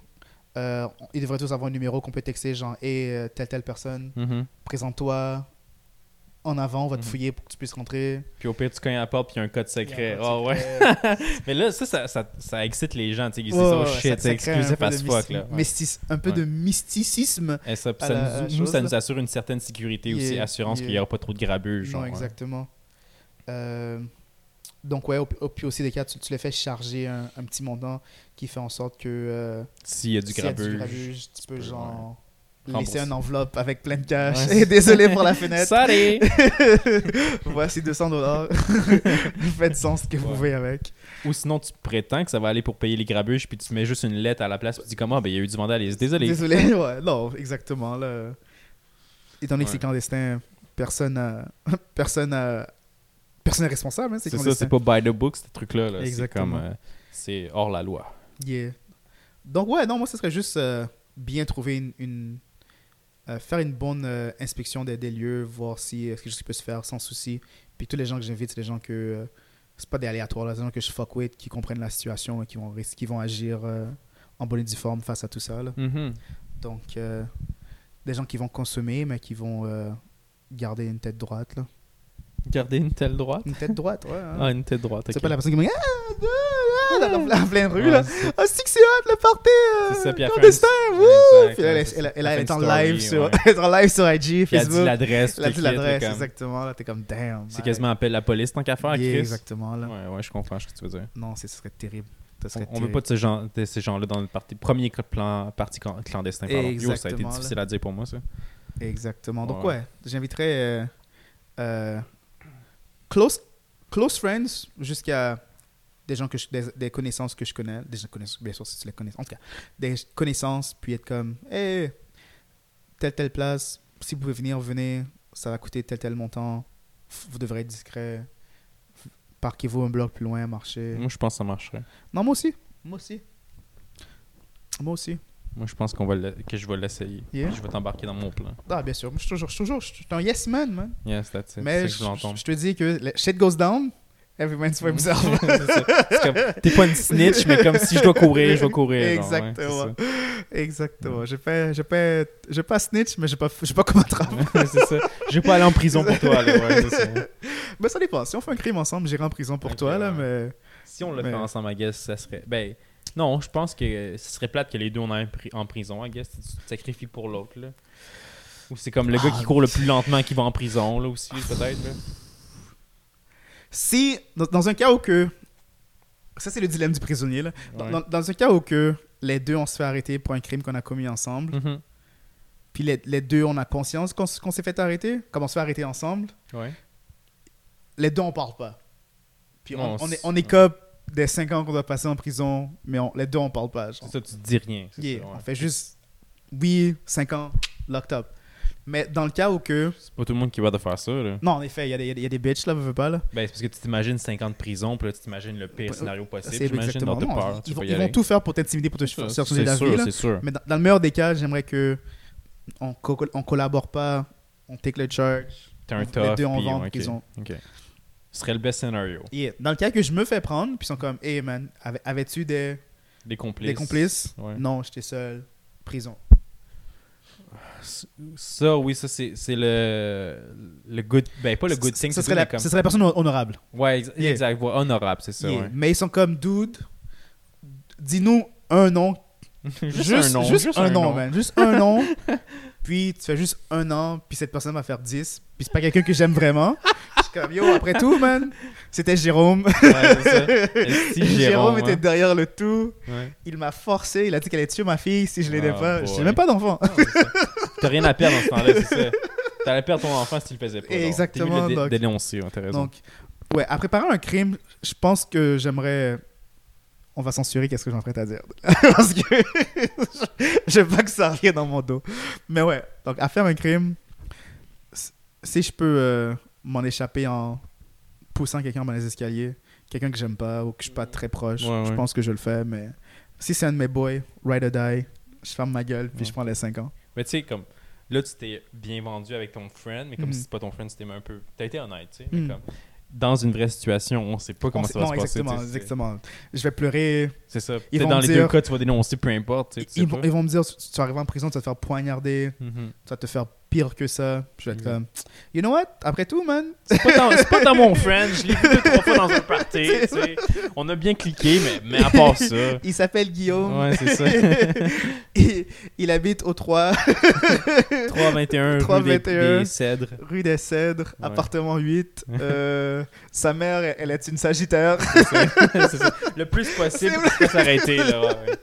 Speaker 1: Euh, ils devraient tous avoir un numéro qu'on peut texter, genre, et telle, telle personne,
Speaker 2: Mhm.
Speaker 1: présente-toi en avant, on va te
Speaker 2: Mhm.
Speaker 1: fouiller pour que tu puisses rentrer.
Speaker 2: Puis au pire, tu cognes à la porte, puis il y a un code secret. Ah ouais. Mais là, ça, ça, ça, ça excite les gens. tu sais, Ils disent,
Speaker 1: Ouais,
Speaker 2: oh
Speaker 1: ouais, ça-
Speaker 2: shit, c'est
Speaker 1: ça crée un
Speaker 2: exclusif
Speaker 1: peu
Speaker 2: à
Speaker 1: de
Speaker 2: ce fuck.
Speaker 1: mysti-
Speaker 2: Là. Ouais.
Speaker 1: mystis- un peu
Speaker 2: Ouais.
Speaker 1: de mysticisme.
Speaker 2: Et ça,
Speaker 1: à
Speaker 2: ça
Speaker 1: la- à la
Speaker 2: nous, nous, ça
Speaker 1: chose,
Speaker 2: nous
Speaker 1: là.
Speaker 2: assure une certaine sécurité
Speaker 1: Yeah,
Speaker 2: aussi, assurance
Speaker 1: yeah.
Speaker 2: qu'il n'y aura pas trop de grabeux. Genre,
Speaker 1: non,
Speaker 2: ouais.
Speaker 1: exactement. Euh, donc, ouais, au- au- puis aussi des cas, tu, tu les fais charger un, un petit montant qui fait en sorte que. euh,
Speaker 2: hein. S'il y a du
Speaker 1: s'il y a
Speaker 2: grabuge.
Speaker 1: grabuge, tu peux,
Speaker 2: peux,
Speaker 1: genre.
Speaker 2: ouais.
Speaker 1: Laisser
Speaker 2: Rembourser.
Speaker 1: une enveloppe avec plein de cash.
Speaker 2: Ouais.
Speaker 1: Et désolé pour la fenêtre.
Speaker 2: Sorry!
Speaker 1: Voici 200 dollars. Faites sens ce que vous
Speaker 2: Ouais.
Speaker 1: pouvez avec.
Speaker 2: Ou sinon, tu prétends que ça va aller pour payer les grabuges, puis tu mets juste une lettre à la place, puis tu dis comment, ben il y a eu du vandalisme. Désolé.
Speaker 1: Désolé, ouais, non, exactement. Là. Étant donné que
Speaker 2: Ouais.
Speaker 1: c'est clandestin, personne n'a- personne n'a- personne n'est responsable. hein, c'est
Speaker 2: C'est ça,
Speaker 1: clandestin.
Speaker 2: c'est pas by the book, ce truc-là. Là. C'est
Speaker 1: Exactement.
Speaker 2: comme. euh, c'est hors la loi.
Speaker 1: Yeah. Donc, ouais, non, moi, ce serait juste euh, bien trouver une. une- euh, faire une bonne euh, inspection des, des lieux, voir si euh, quelque chose qui peut se faire sans souci. Puis tous les gens que j'invite, c'est des gens que. euh, c'est pas des aléatoires, là, c'est des gens que je fuck with, qui comprennent la situation et qui vont, ris- qui vont agir euh, en bonne et due forme face à tout ça. là. Donc, euh, des gens qui vont consommer, mais qui vont euh, garder une tête droite. Là.
Speaker 2: Garder une telle droite.
Speaker 1: Une tête droite, ouais. hein.
Speaker 2: Ah, une tête droite.
Speaker 1: C'est
Speaker 2: ok.
Speaker 1: pas la personne qui me dit Ah, ah, ah, en pleine rue,
Speaker 2: Ouais,
Speaker 1: là.
Speaker 2: c'est-
Speaker 1: Ah, c'est que c'est hot, le party! euh,
Speaker 2: C'est ça, puis elle fait un-
Speaker 1: clandestin,
Speaker 2: Ouais,
Speaker 1: wouh!
Speaker 2: exact,
Speaker 1: Puis là,
Speaker 2: ouais,
Speaker 1: elle,
Speaker 2: c'est
Speaker 1: elle-
Speaker 2: ça.
Speaker 1: elle- elle
Speaker 2: fait
Speaker 1: est
Speaker 2: une
Speaker 1: en
Speaker 2: story,
Speaker 1: live, sur,
Speaker 2: ouais.
Speaker 1: elle est en live sur IG,
Speaker 2: Puis elle dit
Speaker 1: Facebook.
Speaker 2: l'adresse.
Speaker 1: Elle a dit
Speaker 2: puis
Speaker 1: l'adresse,
Speaker 2: le kit, là, comme-
Speaker 1: exactement. Là, t'es comme damn.
Speaker 2: C'est
Speaker 1: man.
Speaker 2: quasiment appel la police tant qu'à faire,
Speaker 1: Yeah,
Speaker 2: Chris.
Speaker 1: Exactement, là.
Speaker 2: Ouais, ouais, je comprends ce que tu veux dire.
Speaker 1: Non, c'est- ce serait terrible. Ce serait
Speaker 2: On, ne veut pas de, ce genre, de ces gens-là dans le parti. Premier cl- plan, parti clan- clandestin, pardon. Yo, ça a été
Speaker 1: Exactement, là.
Speaker 2: difficile à dire pour moi, ça.
Speaker 1: terrible. Exactement. Donc,
Speaker 2: Ouais.
Speaker 1: ouais, j'inviterais euh, euh, close, close friends jusqu'à des gens que je- des, des connaissances que je connais. Des gens connaissent, bien sûr, si tu les connais. En tout cas, des connaissances, puis être comme, hey, telle, telle place, si vous pouvez venir, venez, ça va coûter tel, tel montant, F- vous devrez être discret, F- parquez-vous un bloc plus loin, marchez.
Speaker 2: Moi, je pense que ça marcherait.
Speaker 1: Non, moi aussi. Moi aussi. Moi aussi.
Speaker 2: Moi, je pense qu'on va le- que je vais l'essayer.
Speaker 1: Yeah.
Speaker 2: Puis Je vais t'embarquer dans mon plan.
Speaker 1: Ah, bien sûr. Moi, je suis toujours, je suis toujours, je suis un yes man, man.
Speaker 2: Yes, that's it.
Speaker 1: Mais
Speaker 2: c'est ça
Speaker 1: je,
Speaker 2: que je l'entends.
Speaker 1: je te dis que le- shit goes down, everyone's for himself.
Speaker 2: C'est ça. C'est comme, T'es pas une snitch, mais comme si je dois courir, je vais courir. genre, ouais, c'est
Speaker 1: Exactement.
Speaker 2: ça.
Speaker 1: Exactement. Je fais, je fais, je vais pas snitch, mais je vais pas, je vais pas combattre.
Speaker 2: Ouais, c'est ça. Je vais pas aller en prison pour toi. là, ouais, c'est ça.
Speaker 1: mais ça dépend. Si on fait un crime ensemble, j'irai en prison pour
Speaker 2: Ok,
Speaker 1: toi là, mais
Speaker 2: Si on le
Speaker 1: Mais-
Speaker 2: fait ensemble, I guess, ça serait. Ben, non, je pense que ce serait plate que les deux on aille en pri- en prison, I guess. Tu te sacrifies pour l'autre, là. Ou c'est comme le gars qui
Speaker 1: Ah.
Speaker 2: court le plus lentement qui va en prison, là aussi, peut-être. là.
Speaker 1: si dans, dans un cas où que ça c'est le dilemme du prisonnier là. Dans,
Speaker 2: Ouais.
Speaker 1: dans- dans un cas où que les deux on se fait arrêter pour un crime qu'on a commis ensemble,
Speaker 2: Mhm.
Speaker 1: puis les, les deux on a conscience qu'on s- qu'on s'est fait arrêter, comme on se fait arrêter ensemble,
Speaker 2: Ouais.
Speaker 1: les deux on part pas. Puis on,
Speaker 2: Non,
Speaker 1: on,
Speaker 2: c'est-
Speaker 1: est, on écope des 5 ans qu'on doit passer en prison, mais on- les deux on parle pas. genre.
Speaker 2: C'est ça, tu te dis rien. c'est
Speaker 1: Yeah,
Speaker 2: ça, ouais.
Speaker 1: On fait juste, oui, 5 ans, locked up. Mais dans le cas où que.
Speaker 2: C'est pas tout le monde qui va de faire ça, là.
Speaker 1: Non, en effet, il y, a des- il y a des- il y a des bitches là, veux, veux pas là.
Speaker 2: Ben, c'est parce que tu t'imagines 50 prisons, puis là, tu t'imagines le pire
Speaker 1: Ouais,
Speaker 2: scénario possible.
Speaker 1: C'est
Speaker 2: J'imagine,
Speaker 1: exactement.
Speaker 2: dans ta
Speaker 1: Non,
Speaker 2: peur.
Speaker 1: ils
Speaker 2: tu
Speaker 1: vont,
Speaker 2: vas y
Speaker 1: ils
Speaker 2: aller.
Speaker 1: vont tout faire pour t'intimider, pour te faire
Speaker 2: C'est
Speaker 1: changer la vie.
Speaker 2: sûr,
Speaker 1: là.
Speaker 2: c'est sûr.
Speaker 1: Mais dans, dans le meilleur des cas, j'aimerais que on, co- on collabore pas, on take le charge.
Speaker 2: T'es
Speaker 1: on-
Speaker 2: un
Speaker 1: les
Speaker 2: tough,
Speaker 1: deux, on
Speaker 2: puis
Speaker 1: va en
Speaker 2: ouais, ok.
Speaker 1: prison.
Speaker 2: Ok. Ce serait le best scénario.
Speaker 1: Yeah. Dans le cas que je me fais prendre, puis ils sont comme, hey man, av- avais-tu des,
Speaker 2: Les complices.
Speaker 1: des complices
Speaker 2: Ouais.
Speaker 1: Non, j'étais seul. Prison.
Speaker 2: Ça, oui, ça, c'est c'est le, le good. Ben, pas le good thing,
Speaker 1: Ce
Speaker 2: c'est
Speaker 1: serait, la,
Speaker 2: comme.
Speaker 1: ce serait la personne honorable.
Speaker 2: Ouais, ex-
Speaker 1: Yeah.
Speaker 2: exact. ouais, honorable, c'est ça.
Speaker 1: Yeah.
Speaker 2: ouais.
Speaker 1: Mais ils sont comme, dude, dis-nous un nom
Speaker 2: juste,
Speaker 1: Juste,
Speaker 2: un nom.
Speaker 1: juste un
Speaker 2: nom,
Speaker 1: an, man. Juste un an. puis tu fais juste un an, puis cette personne va faire 10. Puis c'est pas quelqu'un que j'aime vraiment. Je suis comme, yo, après tout, man, c'était Jérôme.
Speaker 2: Ouais, c'est ça. Si,
Speaker 1: Jérôme
Speaker 2: Jérôme,
Speaker 1: était
Speaker 2: hein.
Speaker 1: derrière le tout.
Speaker 2: Ouais.
Speaker 1: Il m'a forcé. Il a dit qu'elle allait tuer ma fille si je l'aidais
Speaker 2: Ah,
Speaker 1: pas.
Speaker 2: boy.
Speaker 1: J'ai même pas d'enfant.
Speaker 2: T'as rien à perdre en ce temps-là, c'est ça. T'allais perdre ton enfant si tu le faisais pas. genre. T'es
Speaker 1: Exactement,
Speaker 2: mieux de le dé-
Speaker 1: donc-
Speaker 2: dénoncer, ouais, t'as raison.
Speaker 1: Donc, ouais, à préparer un crime, je pense que j'aimerais. On va censurer qu'est-ce que j'en ferais à dire. Parce que je- je veux pas que ça revienne dans mon dos. Mais ouais, donc à faire un crime, s- si je peux euh, m'en échapper en poussant quelqu'un dans les escaliers, quelqu'un que j'aime pas ou que je suis pas très proche,
Speaker 2: Ouais,
Speaker 1: je
Speaker 2: ouais.
Speaker 1: pense que je le fais. Mais si c'est un de mes boys, ride or die, je ferme ma gueule puis
Speaker 2: Ouais.
Speaker 1: je prends les 5 ans.
Speaker 2: Mais tu sais, comme là, tu t'es bien vendu avec ton friend, mais comme
Speaker 1: Mhm.
Speaker 2: si c'est pas ton friend, c'était un peu. T'as été honnête, tu sais.
Speaker 1: Mhm.
Speaker 2: Mais comme dans une vraie situation, on sait pas comment
Speaker 1: On sait-
Speaker 2: ça va
Speaker 1: non,
Speaker 2: se passer.
Speaker 1: exactement,
Speaker 2: tu sais, c'est-
Speaker 1: exactement. Je vais pleurer,
Speaker 2: C'est ça.
Speaker 1: Ils
Speaker 2: Peut-être
Speaker 1: vont
Speaker 2: dans les deux
Speaker 1: dire-
Speaker 2: cas, tu vas dénoncer, peu importe. tu sais, tu sais
Speaker 1: ils, vont,
Speaker 2: pas.
Speaker 1: ils vont me dire tu tu vas arriver en prison, tu vas te faire poignarder,
Speaker 2: Mhm.
Speaker 1: tu vas te faire pire que ça. Je vais être
Speaker 2: Mhm.
Speaker 1: comme, you know what, après tout, man.
Speaker 2: C'est pas, dans- c'est pas dans mon friend, je l'ai vu deux, trois fois dans un party. tu sais. On a bien cliqué, mais, mais à part ça.
Speaker 1: Il s'appelle Guillaume,
Speaker 2: Ouais, c'est ça.
Speaker 1: il, il habite au 3,
Speaker 2: 321 rue des-
Speaker 1: 321.
Speaker 2: des Cèdres.
Speaker 1: rue des Cèdres,
Speaker 2: Ouais.
Speaker 1: appartement 8. euh, sa mère, elle est une Sagittaire.
Speaker 2: C'est ça. Le plus possible pour pas s'arrêter, là. ouais, ouais.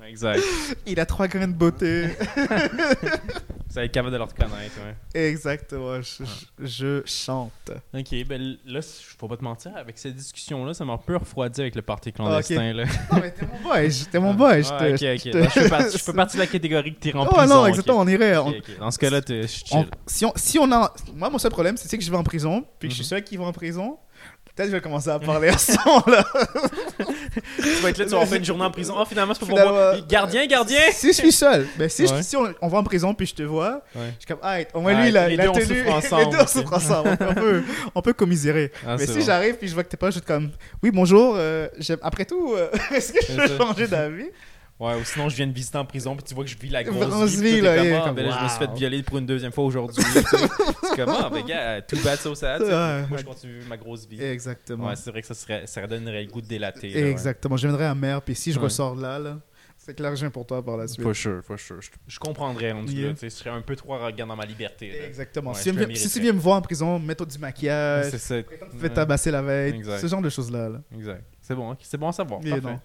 Speaker 2: Ouais, Exact.
Speaker 1: Il a trois grains de beauté.
Speaker 2: Vous allez être capable de le reconnaître, ouais.
Speaker 1: Exactement, je, je- je chante.
Speaker 2: Ok, ben là, c- faut pas te mentir, avec cette discussion-là, ça m'a un peu refroidi avec le
Speaker 1: Ah,
Speaker 2: party clandestin, là.
Speaker 1: Non, mais t'es mon boy, je- t'es mon boy. ben, Je
Speaker 2: Ah,
Speaker 1: te,
Speaker 2: ok,
Speaker 1: je
Speaker 2: ok.
Speaker 1: te-
Speaker 2: Non, je, fais partie, je fais partie de la catégorie que t'es
Speaker 1: Oh
Speaker 2: rempli. prison,
Speaker 1: non,
Speaker 2: ok.
Speaker 1: exactement, on irait.
Speaker 2: Ok,
Speaker 1: on-
Speaker 2: ok. Dans ce cas-là, t'es je suis
Speaker 1: On-
Speaker 2: chill.
Speaker 1: si, on, si on a. Moi, mon seul problème, c'est que je vais en prison, puis que je suis
Speaker 2: Mhm.
Speaker 1: sûr qu'ils vont en prison. Peut-être que je vais commencer à parler à ce moment-là.
Speaker 2: Tu vas être là, tu vas en faire une journée en prison. Oh, finalement, c'est pas pour
Speaker 1: Finalement,
Speaker 2: moi. Gardien, gardien!
Speaker 1: si je suis seul, ben, si, je-
Speaker 2: Ouais.
Speaker 1: si on, on va en prison, puis je te vois,
Speaker 2: Ouais.
Speaker 1: je suis comme, ah, au moins
Speaker 2: Ouais,
Speaker 1: lui, il a,
Speaker 2: les
Speaker 1: il a
Speaker 2: deux, on
Speaker 1: tenu.
Speaker 2: souffre
Speaker 1: les
Speaker 2: ensemble,
Speaker 1: deux, on
Speaker 2: ok.
Speaker 1: souffre ensemble. On peut, on peut commisérer.
Speaker 2: Ah,
Speaker 1: Mais
Speaker 2: c'est
Speaker 1: si
Speaker 2: bon.
Speaker 1: j'arrive, puis je vois que t'es pas, je vais être comme, oui, bonjour, euh, j'aime- après tout, euh, est-ce que je
Speaker 2: C'est
Speaker 1: peux
Speaker 2: ça.
Speaker 1: changer d'avis
Speaker 2: Ouais, ou sinon, je viens de visiter en prison, puis tu vois que je vis la
Speaker 1: Grosse
Speaker 2: grosse
Speaker 1: vie,
Speaker 2: vie. puis toi,
Speaker 1: là,
Speaker 2: t'es
Speaker 1: et
Speaker 2: comme, ah,
Speaker 1: comme,
Speaker 2: ben là, je me suis
Speaker 1: wow.
Speaker 2: fait violer pour une deuxième fois aujourd'hui. tu sais. C'est comme, ah, ben, gars, too bad, so sad. tu sais.
Speaker 1: Ouais.
Speaker 2: Moi, je continue ma grosse vie.
Speaker 1: Exactement.
Speaker 2: Ouais, c'est vrai que ça, serait, ça donnerait le goût de délater. là, ouais.
Speaker 1: Exactement. Je viendrai à mer, puis si je
Speaker 2: Ouais.
Speaker 1: ressors là, là c'est que l'argent pour toi par la suite.
Speaker 2: For sure, for sure. Je, je comprendrais, on dit
Speaker 1: Yeah.
Speaker 2: là, tu sais, je serais un peu trop arrogant dans ma liberté. là.
Speaker 1: Exactement.
Speaker 2: Ouais,
Speaker 1: si,
Speaker 2: je
Speaker 1: tu
Speaker 2: le
Speaker 1: viens- si tu
Speaker 2: mériterais.
Speaker 1: viens me voir en prison, mets-toi du maquillage,
Speaker 2: C'est ça.
Speaker 1: fais tabasser la veille,
Speaker 2: Exact.
Speaker 1: ce genre de choses-là. là.
Speaker 2: Exact. C'est bon, ok, c'est bon à savoir.
Speaker 1: Mais
Speaker 2: Parfait.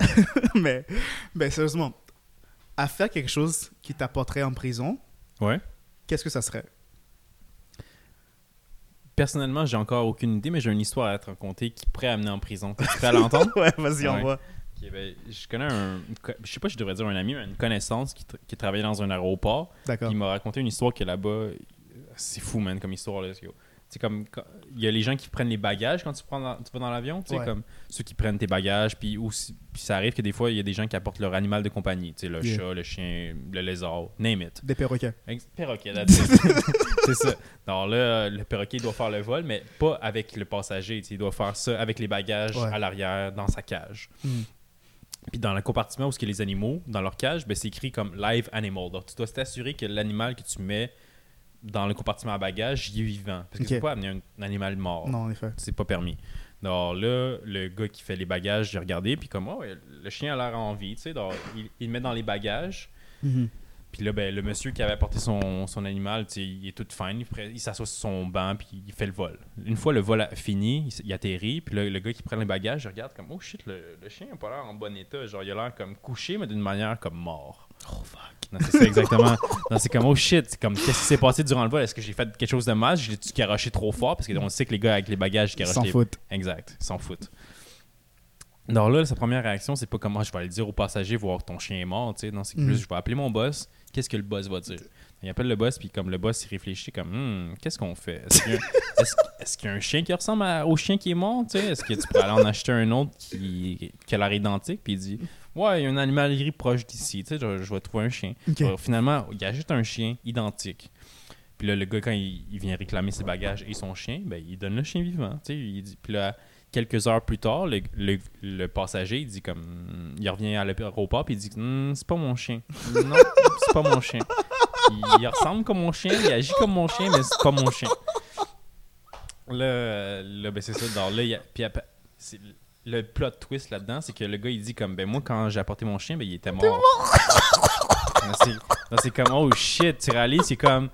Speaker 1: non. mais, mais sérieusement, à faire quelque chose qui t'apporterait en prison,
Speaker 2: Ouais.
Speaker 1: qu'est-ce que ça serait
Speaker 2: Personnellement, j'ai encore aucune idée, mais j'ai une histoire à te raconter qui pourrait amener en prison. Tu prêt à l'entendre?
Speaker 1: Ouais, vas-y,
Speaker 2: Ouais.
Speaker 1: envoie.
Speaker 2: Ok, ben, je connais un. Je sais pas si je devrais dire un ami, mais une connaissance qui, tra- qui travaillait dans un aéroport.
Speaker 1: D'accord.
Speaker 2: Puis il m'a raconté une histoire que là-bas, euh, c'est fou, man, comme histoire. là. C'est- C'est comme, quand- il y a les gens qui prennent les bagages quand tu, prends dans- tu vas dans l'avion, tu sais,
Speaker 1: Ouais.
Speaker 2: comme ceux qui prennent tes bagages, puis, aussi, puis ça arrive que des fois, il y a des gens qui apportent leur animal de compagnie, tu sais, le
Speaker 1: Yeah.
Speaker 2: chat, le chien, le lézard, name it.
Speaker 1: Des perroquets.
Speaker 2: Ex- Perroquet, là, c'est ça. Alors là, le perroquet il doit faire le vol, mais pas avec le passager. tu sais, Il doit faire ça avec les bagages
Speaker 1: Ouais.
Speaker 2: à l'arrière, dans sa cage.
Speaker 1: Mm.
Speaker 2: Puis dans le compartiment où ce que les animaux, dans leur cage, ben, c'est écrit comme live animal. Donc tu dois t'assurer que l'animal que tu mets dans le compartiment à bagages, il est vivant. Parce que tu
Speaker 1: Ok.
Speaker 2: peux pas amener un, un animal mort.
Speaker 1: Non, en effet.
Speaker 2: C'est pas permis. Alors là, le gars qui fait les bagages, j'ai regardé, puis comme, Ah ouais, le chien a l'air en vie, tu sais. Donc, il, il le met dans les bagages. Puis là, ben, le monsieur qui avait apporté son, son animal, tu sais, il est tout fin, il, pre- il s'assoit sur son banc, puis il fait le vol. Une fois le vol a- fini, il, s- il atterrit, puis là, le gars qui prend les bagages, il regarde comme, oh shit, le, le chien n'a pas l'air en bon état. Genre, il a l'air comme couché, mais d'une manière comme mort. Oh fuck. Non, c'est ça, exactement. non, c'est comme, oh shit, c'est comme, qu'est-ce qui s'est passé durant le vol? Est-ce que j'ai fait quelque chose de mal? Je l'ai-tu caroché trop fort? Parce qu'on sait que les gars avec les bagages, ils
Speaker 1: Ils
Speaker 2: carochent
Speaker 1: s'en
Speaker 2: les-
Speaker 1: foutent.
Speaker 2: Exact, ils s'en foutent. Alors là, sa première réaction, c'est pas comment je vais aller dire au passager voir ton chien est mort, tu sais. Non, c'est que
Speaker 1: Mm.
Speaker 2: plus je vais appeler mon boss. Qu'est-ce que le boss va dire? Il appelle le boss, puis comme le boss, il réfléchit comme, Hmm, qu'est-ce qu'on fait? Est-ce qu'il y a, est-ce- est-ce qu'il y a un chien qui ressemble à- au chien qui est mort? tu sais? Est-ce que tu pourrais aller en acheter un autre qui, qui a l'air identique? Puis il dit, ouais, il y a une animalerie proche d'ici, tu sais, je, je vais trouver un chien.
Speaker 1: Ok.
Speaker 2: Alors, finalement, il achète un chien identique. Puis là, le gars, quand il, il vient réclamer ses bagages et son chien, ben, il donne le chien vivant. tu sais, il dit- puis là, quelques heures plus tard, le, le- le passager, il dit comme. Il revient à l'aéroport, puis il dit Hmm, C'est pas mon chien. Non, c'est pas mon chien. Il, il ressemble comme mon chien, il agit comme mon chien, mais c'est pas mon chien. Là, euh, là, ben c'est ça. Dans, là, il y a- puis après, c'est- le plot twist là-dedans, c'est que le gars, il dit comme, ben moi, quand j'ai apporté mon chien, ben il était mort. Non, c'est- non, c'est comme, oh shit, tu réalises, c'est comme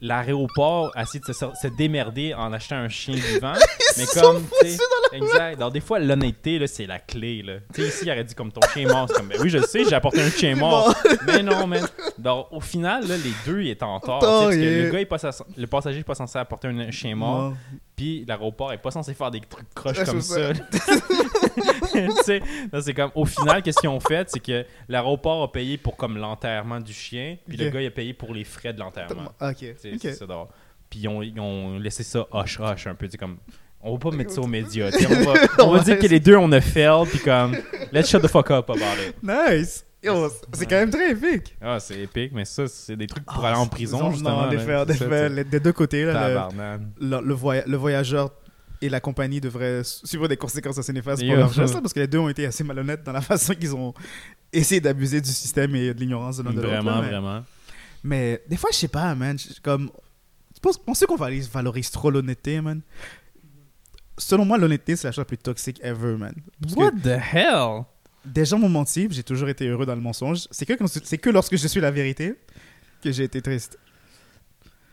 Speaker 2: l'aéroport a essayé de se, sor- se démerder en achetant un chien vivant. mais comme, tu sais, exact. Alors, des fois, l'honnêteté, là, c'est la clé, là. Tu sais, ici, il aurait dit comme ton chien est mort. C'est comme, ben oui, je sais, j'ai apporté un chien mort. mais non, mais. Donc, au final, là, les deux, ils étaient en tort. tu sais, parce que
Speaker 1: il est-
Speaker 2: le gars, il est pas sa- le passager, n'est pas censé apporter un chien mort.
Speaker 1: Mort.
Speaker 2: Puis l'aéroport est pas censé faire des trucs croches
Speaker 1: Ouais,
Speaker 2: comme ça.
Speaker 1: c'est
Speaker 2: Tu sais, non, c'est comme au final, qu'est-ce qu'ils ont fait, c'est que l'aéroport a payé pour comme l'enterrement du chien, puis le
Speaker 1: Ok.
Speaker 2: gars il a payé pour les frais de l'enterrement.
Speaker 1: Ok.
Speaker 2: Tu sais,
Speaker 1: ok.
Speaker 2: c'est ça d'abord. Puis ils ont, ils ont laissé ça hush hush un peu, tu sais, comme on va pas mettre ça aux médias. tu sais, On va, on va
Speaker 1: Ouais,
Speaker 2: dire que
Speaker 1: c'est-
Speaker 2: les deux on a fail, puis comme let's shut the fuck up about it.
Speaker 1: Nice. Yo, c'est quand même très épique.
Speaker 2: Ah, c'est épique, mais ça c'est des trucs pour aller en prison
Speaker 1: Ah, Non,
Speaker 2: justement.
Speaker 1: en
Speaker 2: là.
Speaker 1: effet, en
Speaker 2: C'est ça,
Speaker 1: effet,
Speaker 2: tu sais.
Speaker 1: les- des deux côtés, là, le-
Speaker 2: Tabarnak.
Speaker 1: le, le voya- le voyageur et la compagnie devraient su- suivre des conséquences assez néfastes pour
Speaker 2: Yeah.
Speaker 1: leur geste, là, parce que les deux ont été assez malhonnêtes dans la façon qu'ils ont essayé d'abuser du système et de l'ignorance de l'un de l'autre.
Speaker 2: Vraiment,
Speaker 1: là, mais,
Speaker 2: vraiment.
Speaker 1: mais des fois, je sais pas, man. je- Comme, je pense, pensez qu'on valorise, valorise trop l'honnêteté, man. Selon moi, l'honnêteté, c'est la chose la plus toxique ever, man. Parce que
Speaker 2: the hell?
Speaker 1: des gens m'ont menti, j'ai toujours été heureux dans le mensonge. C'est que, quand- c'est que lorsque je suis la vérité que j'ai été triste.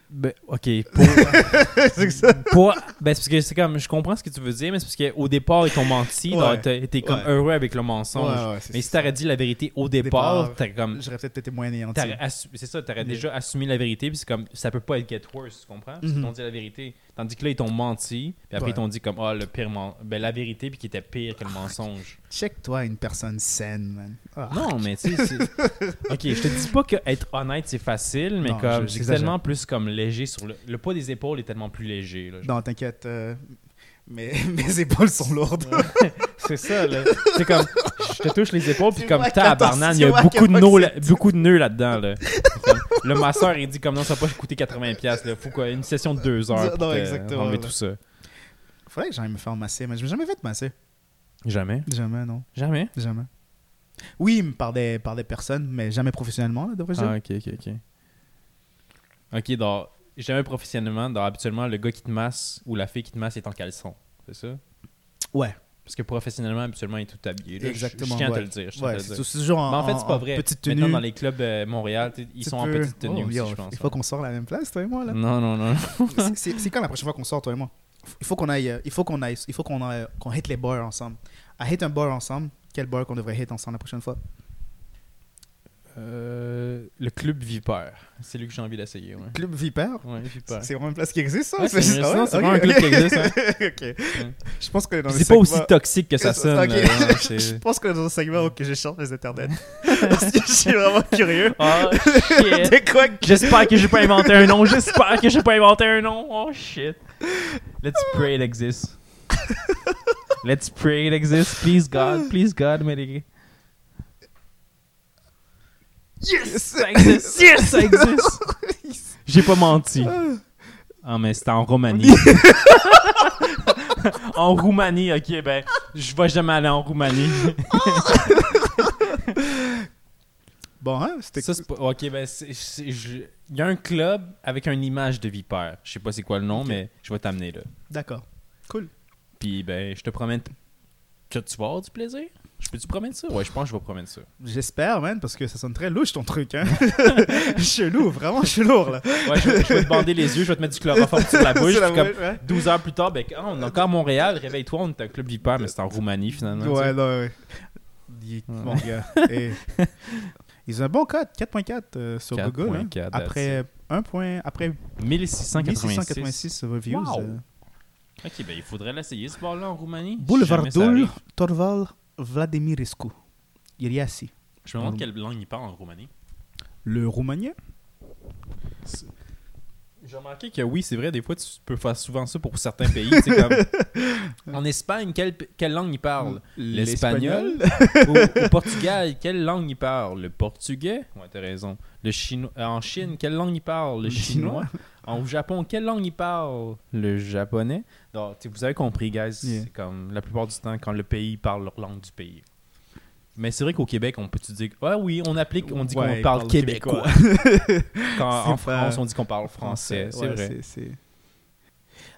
Speaker 2: Ben, ok, pour,
Speaker 1: c'est ça.
Speaker 2: pour- ben, c'est parce que c'est comme, je comprends ce que tu veux dire, mais c'est parce qu'au départ, ils t'ont menti,
Speaker 1: Ouais.
Speaker 2: donc t'as- t'es comme
Speaker 1: Ouais.
Speaker 2: heureux avec le mensonge.
Speaker 1: Ouais, ouais, c'est
Speaker 2: mais
Speaker 1: ça.
Speaker 2: si t'aurais dit la vérité au
Speaker 1: départ, Mm.
Speaker 2: départ, t'aurais comme,
Speaker 1: J'aurais peut-être été moins
Speaker 2: t'aurais
Speaker 1: anéanti.
Speaker 2: assu- c'est ça, t'aurais
Speaker 1: Mais-
Speaker 2: déjà assumé la vérité, puis c'est comme, ça peut pas être get worse, tu comprends? Parce qu'ils
Speaker 1: Mhm.
Speaker 2: t'ont dit la vérité. Tandis que là, ils t'ont menti, puis après,
Speaker 1: Ouais.
Speaker 2: ils t'ont dit comme, ah, le pire, men- ben, la vérité, puis qui était pire que le mensonge.
Speaker 1: Check-toi une personne saine, man. Ah.
Speaker 2: Non, mais tu sais, c'est- ok, je te dis pas que être honnête c'est facile, mais
Speaker 1: Non,
Speaker 2: comme
Speaker 1: je-
Speaker 2: c'est
Speaker 1: j'exagère.
Speaker 2: tellement plus comme léger sur le, le poids des épaules est tellement plus léger. là.
Speaker 1: Non, t'inquiète. euh, mes, mes épaules sont lourdes.
Speaker 2: C'est ça, là. C'est comme, je te touche les épaules, puis
Speaker 1: Tu
Speaker 2: comme
Speaker 1: vois qu'à
Speaker 2: tabarnane, il y
Speaker 1: ton- tu vois
Speaker 2: a beaucoup de,
Speaker 1: qu'à
Speaker 2: nœuds,
Speaker 1: ton-
Speaker 2: là- beaucoup de nœuds là-dedans, là. C'est comme, Le masseur, il dit comme, non, ça va pas coûter 80$, piastres, là. Faut quoi, une session de deux heures. pour
Speaker 1: Non,
Speaker 2: te-
Speaker 1: exactement,
Speaker 2: enlever
Speaker 1: là.
Speaker 2: tout ça.
Speaker 1: Faudrait que j'aille me faire masser, mais je m'ai jamais fait masser.
Speaker 2: Jamais.
Speaker 1: Jamais, non.
Speaker 2: Jamais.
Speaker 1: Jamais. Oui, mais par des, par des personnes, mais jamais professionnellement, là, devrais-je
Speaker 2: Ah,
Speaker 1: dire.
Speaker 2: ok, ok, ok. Ok, donc, jamais professionnellement, donc habituellement, le gars qui te masse ou la fille qui te masse est en caleçon. C'est ça?
Speaker 1: Ouais,
Speaker 2: Parce que professionnellement, habituellement, il est tout habillé. là. Ah Je-
Speaker 1: exactement.
Speaker 2: Je tiens à
Speaker 1: ouais.
Speaker 2: te le dire. je tiens à
Speaker 1: Ouais,
Speaker 2: te le
Speaker 1: c'est
Speaker 2: dire.
Speaker 1: c'est toujours en,
Speaker 2: Mais en fait, c'est
Speaker 1: en-
Speaker 2: pas
Speaker 1: en
Speaker 2: vrai.
Speaker 1: petite tenue.
Speaker 2: Maintenant, dans les clubs euh, Montréal, t'sais, ils
Speaker 1: Tu
Speaker 2: sont en
Speaker 1: peux-
Speaker 2: petite tenue
Speaker 1: Oh,
Speaker 2: aussi,
Speaker 1: yo,
Speaker 2: je pense. hein.
Speaker 1: Il faut qu'on sorte à la même place, toi et moi, là.
Speaker 2: Non, non, non.
Speaker 1: C'est- c'est c'est quand la prochaine fois qu'on sort, toi et moi Il faut qu'on aille, euh, il faut qu'on aille, il faut qu'on aille- qu'on hit les bars ensemble. À hit un bar ensemble, quel bar qu'on devrait hit ensemble la prochaine fois
Speaker 2: Euh, le club Vipère. C'est lui que j'ai envie d'essayer. Ouais.
Speaker 1: Club Vipère
Speaker 2: Ouais, Vipère.
Speaker 1: C'est vraiment une place qui existe, ça
Speaker 2: Ouais, c'est
Speaker 1: juste-
Speaker 2: une-
Speaker 1: ah ouais?
Speaker 2: non, c'est
Speaker 1: Ok,
Speaker 2: vraiment un
Speaker 1: ok.
Speaker 2: club qui existe, hein.
Speaker 1: Ok. Je pense qu'on est dans
Speaker 2: C'est
Speaker 1: le
Speaker 2: pas aussi
Speaker 1: segment-
Speaker 2: toxique que ça
Speaker 1: c'est-
Speaker 2: sonne.
Speaker 1: ok.
Speaker 2: là, non, c'est-
Speaker 1: je pense qu'on est dans un segment où que je cherche les internets. Parce que je suis vraiment curieux.
Speaker 2: Oh shit.
Speaker 1: C'est quoi que-
Speaker 2: J'espère que j'ai pas inventé un nom. J'espère que j'ai pas inventé un nom. Oh shit. Let's pray it exists. Let's pray it exists. Please God. Please God, mais les-
Speaker 1: Yes!
Speaker 2: Ça existe. Yes, ça existe. J'ai pas menti. Ah, mais c'était en Roumanie. en Roumanie, ok, ben, je vais jamais aller en Roumanie.
Speaker 1: Bon, hein, c'était
Speaker 2: Ça, c'est pas- Ok, ben, c'est- c'est- je- il y a un club avec une image de vipère. Je sais pas c'est quoi le nom, mais je vais t'amener là.
Speaker 1: D'accord. Cool.
Speaker 2: Puis, ben, je te promets que tu vas avoir du plaisir. Je peux-tu promettre ça? Ouais, je pense que je vais promettre ça.
Speaker 1: J'espère, man, parce que ça sonne très louche ton truc, hein. chelou, vraiment chelou, là.
Speaker 2: Ouais, je, je vais te bander les yeux, je vais te mettre du chloroforme sur la bouche.
Speaker 1: Sur la
Speaker 2: puis comme
Speaker 1: bouche, ouais.
Speaker 2: 12 heures plus tard, ben, ah, on est encore à Montréal, réveille-toi, on est un club vipère, mais c'est en Roumanie finalement. tu sais.
Speaker 1: Ouais, non, ouais. Il est- Mon gars. eh. Ils ont un bon code, 4.4 euh, sur
Speaker 2: 4.4,
Speaker 1: Google. hein.
Speaker 2: that's
Speaker 1: Après 1 point, après
Speaker 2: 1686.
Speaker 1: 1686 reviews.
Speaker 2: Wow.
Speaker 1: euh.
Speaker 2: Ok, ben il faudrait l'essayer ce bar-là en Roumanie. Jamais ça
Speaker 1: Boulevardul
Speaker 2: arrive.
Speaker 1: Torval Vladimirescu. Iriasi.
Speaker 2: Je me demande quelle langue il parle en Roumanie.
Speaker 1: Le roumanien
Speaker 2: J'ai remarqué que oui, c'est vrai, des fois tu peux faire souvent ça pour certains pays. tu sais, comme, en Espagne, quelle, quelle langue il parle L'espagnol Au au Portugal, quelle langue il parle Le portugais Ouais, t'as raison. Le chino... euh, En Chine, quelle langue il parle Le
Speaker 1: Le
Speaker 2: chinois. En, au Japon, quelle langue il parle Le japonais. Donc, tu- vous avez compris, guys.
Speaker 1: Yeah.
Speaker 2: C'est comme la plupart du temps, quand le pays parle leur langue du pays. Mais c'est vrai qu'au Québec, on peut te dire Ouais, oui, on applique, on dit
Speaker 1: Ouais,
Speaker 2: qu'on
Speaker 1: ils
Speaker 2: parle
Speaker 1: parlent
Speaker 2: québécois.
Speaker 1: québécois.
Speaker 2: Quand, en
Speaker 1: C'est pas-
Speaker 2: France, on dit qu'on parle français. C'est
Speaker 1: Ouais,
Speaker 2: vrai.
Speaker 1: c'est- c'est-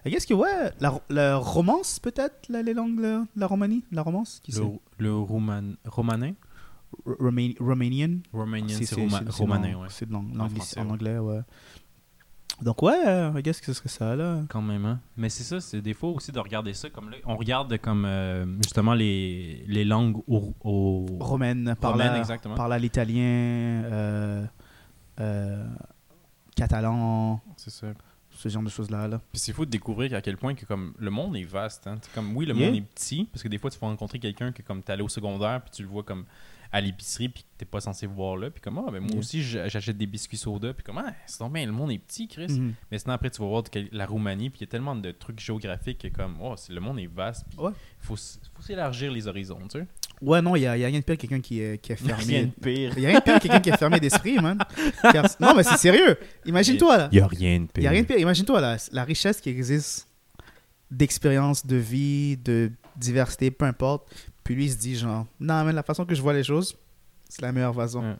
Speaker 1: I guess que, ouais, la, la romance, peut-être, la, les langues, la, la Romanie, la romance, qui
Speaker 2: Le,
Speaker 1: c'est
Speaker 2: le Rouman, romanin
Speaker 1: Romani- Romanian.
Speaker 2: Romanian,
Speaker 1: Ah, C'est-
Speaker 2: c'est
Speaker 1: c'est-
Speaker 2: Rouma-
Speaker 1: c'est- c'est
Speaker 2: romanin,
Speaker 1: dans-
Speaker 2: ouais.
Speaker 1: C'est de l'ang-
Speaker 2: En
Speaker 1: l'anglais-
Speaker 2: français,
Speaker 1: en
Speaker 2: ouais.
Speaker 1: anglais, ouais. Donc, ouais, euh, I guess que ce serait ça, là.
Speaker 2: Quand même, hein. Mais c'est ça, c'est des fois aussi de regarder ça comme là. On regarde comme euh, justement les, les langues au. au-
Speaker 1: Romaine, par
Speaker 2: Romaine,
Speaker 1: là,
Speaker 2: exactement.
Speaker 1: par là l'italien, euh, euh, catalan,
Speaker 2: C'est ça.
Speaker 1: ce genre de choses-là, là.
Speaker 2: Puis c'est fou de découvrir à quel point que comme le monde est vaste. hein. C'est Comme, oui, le
Speaker 1: Yeah.
Speaker 2: monde est petit, parce que des fois, tu vas rencontrer quelqu'un que comme t'es allé au secondaire, puis tu le vois comme à l'épicerie, puis que t'es pas censé voir là. Puis comme, ah, ben moi
Speaker 1: Yeah.
Speaker 2: aussi, j'a- j'achète des biscuits soda. Puis comme, ah, c'est donc bien, le monde est petit, Chris.
Speaker 1: Mhm.
Speaker 2: Mais sinon, après, tu vas voir de quel- la Roumanie, puis il y a tellement de trucs géographiques que comme, oh, c'est- le monde est vaste, puis
Speaker 1: Ouais.
Speaker 2: faut, s- faut s'élargir les horizons, tu sais.
Speaker 1: Ouais, non, il n'y a, y a rien de pire que quelqu'un qui, est- qui est fermé.
Speaker 2: pire.
Speaker 1: Il n'y a rien de pire que quelqu'un qui est fermé d'esprit, man. Car- Non, mais c'est sérieux. Imagine-toi, là.
Speaker 2: Il n'y a rien de pire.
Speaker 1: Il n'y a rien de pire. Imagine-toi, là, la richesse qui existe d'expérience, de vie, de diversité, peu importe. Puis lui, il se dit, genre, non, mais la façon que je vois les choses, c'est la meilleure façon.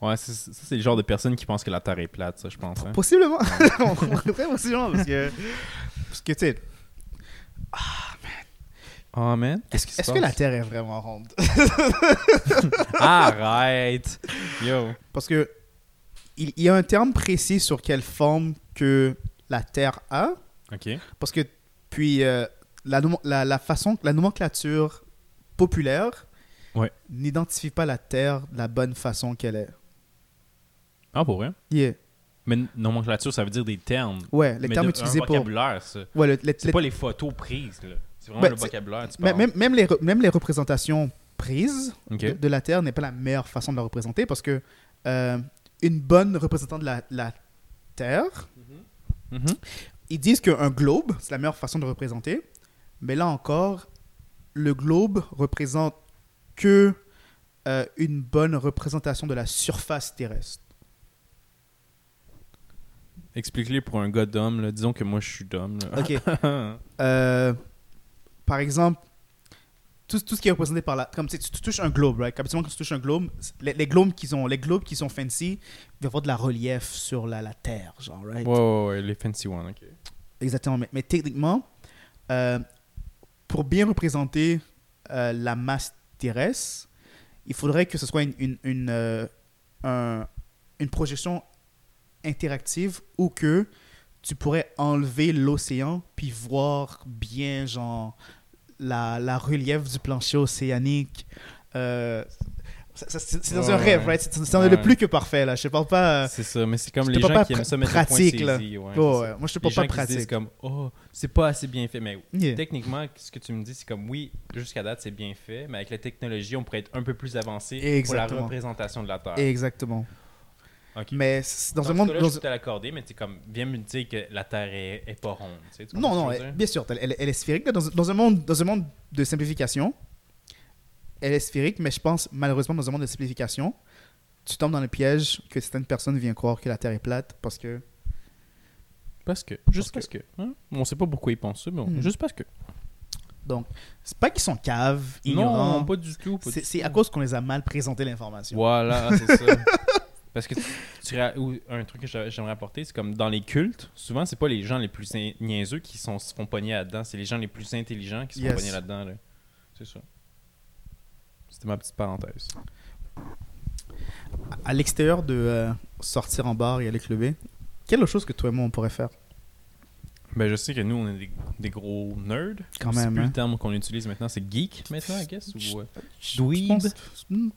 Speaker 2: Ouais. Ouais, c'est- ça, c'est le genre de personne qui pense que la Terre est plate, ça, je pense. hein.
Speaker 1: Possiblement. On comprend Très possiblement, parce que. Parce que, tu sais,
Speaker 2: Oh, man. Qu'est-ce qui se
Speaker 1: est-ce que la
Speaker 2: passe?
Speaker 1: Terre est vraiment ronde
Speaker 2: Arrête! Yo!
Speaker 1: Parce que. Il il y a un terme précis sur quelle forme que la Terre a.
Speaker 2: OK.
Speaker 1: Parce que, puis, euh, la, nomo- la, la façon, la nomenclature populaire
Speaker 2: Ouais.
Speaker 1: n'identifie pas la Terre de la bonne façon qu'elle est.
Speaker 2: Ah, pour vrai?
Speaker 1: Yeah.
Speaker 2: Mais n- nomenclature, ça veut dire des termes.
Speaker 1: Ouais, les
Speaker 2: Mais
Speaker 1: termes
Speaker 2: de-
Speaker 1: utilisés
Speaker 2: un
Speaker 1: pour.
Speaker 2: vocabulaire, ça.
Speaker 1: Ouais, le- le-
Speaker 2: C'est
Speaker 1: le-
Speaker 2: pas les photos prises, là. C'est vraiment
Speaker 1: Ben,
Speaker 2: le
Speaker 1: c'est-
Speaker 2: vocabulaire, tu
Speaker 1: mais-
Speaker 2: parles.
Speaker 1: même, même les, re- même les représentations prises
Speaker 2: OK.
Speaker 1: de, de la Terre n'est pas la meilleure façon de la représenter parce que euh, une bonne représentante de la, la Terre,
Speaker 2: Mhm.
Speaker 1: ils disent qu'un globe, c'est la meilleure façon de le représenter. Mais là encore, le globe représente que euh, une bonne représentation de la surface terrestre.
Speaker 2: Explique-les pour un gars d'homme, là. Disons que moi, je suis d'homme, là.
Speaker 1: Ok. Euh, par exemple, tout, tout ce qui est représenté par la. Comme tu, sais, tu- tu touches un globe, right? Habituellement, quand tu touches un globe, c'est- les, les globes qui sont, les globes qui sont fancy, il va y avoir de la relief sur la, la terre, genre, right?
Speaker 2: Ouais, ouais, ouais, les fancy ones, OK.
Speaker 1: Exactement. Mais, mais techniquement, euh, pour bien représenter euh, la masse terrestre, il faudrait que ce soit une, une, une, euh, un- une projection interactive ou que tu pourrais enlever l'océan puis voir bien genre la, la relief du plancher océanique. Euh, ça- ça- c'est c'est dans un
Speaker 2: Ouais,
Speaker 1: rêve,
Speaker 2: ouais.
Speaker 1: right? C'est c'est dans le
Speaker 2: Ouais.
Speaker 1: plus que parfait, là. Je te parle pas... euh,
Speaker 2: C'est ça, mais c'est comme
Speaker 1: je te
Speaker 2: les
Speaker 1: parle
Speaker 2: gens
Speaker 1: pas
Speaker 2: qui aiment
Speaker 1: pr-
Speaker 2: ça mettre
Speaker 1: pratique,
Speaker 2: le point
Speaker 1: là.
Speaker 2: saisi, ouais,
Speaker 1: Ouais,
Speaker 2: c'est
Speaker 1: ouais.
Speaker 2: ça.
Speaker 1: Moi, je te
Speaker 2: Les
Speaker 1: parle
Speaker 2: gens
Speaker 1: pas
Speaker 2: qui se disent
Speaker 1: pratique.
Speaker 2: comme « Oh, c'est pas assez bien fait ». Mais
Speaker 1: Yeah.
Speaker 2: techniquement, ce que tu me dis, c'est comme « Oui, jusqu'à date, c'est bien fait, mais avec la technologie, on pourrait être un peu plus avancé pour la
Speaker 1: Exactement.
Speaker 2: représentation de la Terre.
Speaker 1: Exactement.
Speaker 2: Ok.
Speaker 1: Mais c'est- dans
Speaker 2: Dans
Speaker 1: un
Speaker 2: ce
Speaker 1: monde...
Speaker 2: cas-là,
Speaker 1: dans
Speaker 2: je
Speaker 1: un-
Speaker 2: peux te l'accorder, mais tu comme, viens me dire que la Terre est, est pas ronde. tu sais, tu
Speaker 1: Non,
Speaker 2: comprends
Speaker 1: non,
Speaker 2: ce que je veux
Speaker 1: elle-
Speaker 2: dire?
Speaker 1: bien sûr, elle, elle- elle est sphérique. là, Dans, un- dans un monde, dans un monde de simplification, elle est sphérique, mais je pense, malheureusement, dans un monde de simplification, tu tombes dans le piège que certaines personnes viennent croire que la Terre est plate parce que.
Speaker 2: Parce que, juste
Speaker 1: Parce
Speaker 2: parce que. hein? On sait pas pourquoi ils pensent ça, mais on-
Speaker 1: Hmm.
Speaker 2: juste parce que.
Speaker 1: Donc, c'est pas qu'ils sont caves,
Speaker 2: Non,
Speaker 1: ignorants.
Speaker 2: pas du tout. pas
Speaker 1: C'est
Speaker 2: du
Speaker 1: c'est
Speaker 2: tout.
Speaker 1: à cause qu'on les a mal présenté l'information.
Speaker 2: Voilà, c'est ça. Parce que tu- tu ra- ou un truc que j'a- j'aimerais apporter, c'est comme dans les cultes, souvent, c'est pas les gens les plus in- niaiseux qui sont, se font pogner là-dedans, c'est les gens les plus intelligents qui se font
Speaker 1: Yes.
Speaker 2: pogner là-dedans. là. C'est ça. C'était ma petite parenthèse.
Speaker 1: À l'extérieur de euh, sortir en bar et aller clubber, quelle autre chose que toi et moi on pourrait faire
Speaker 2: Ben, je sais que nous, on est des, des gros nerds.
Speaker 1: Quand
Speaker 2: C'est
Speaker 1: même,
Speaker 2: plus
Speaker 1: hein.
Speaker 2: le terme qu'on utilise maintenant, c'est geek maintenant, I guess, ou... euh,
Speaker 1: Dweeb hmm,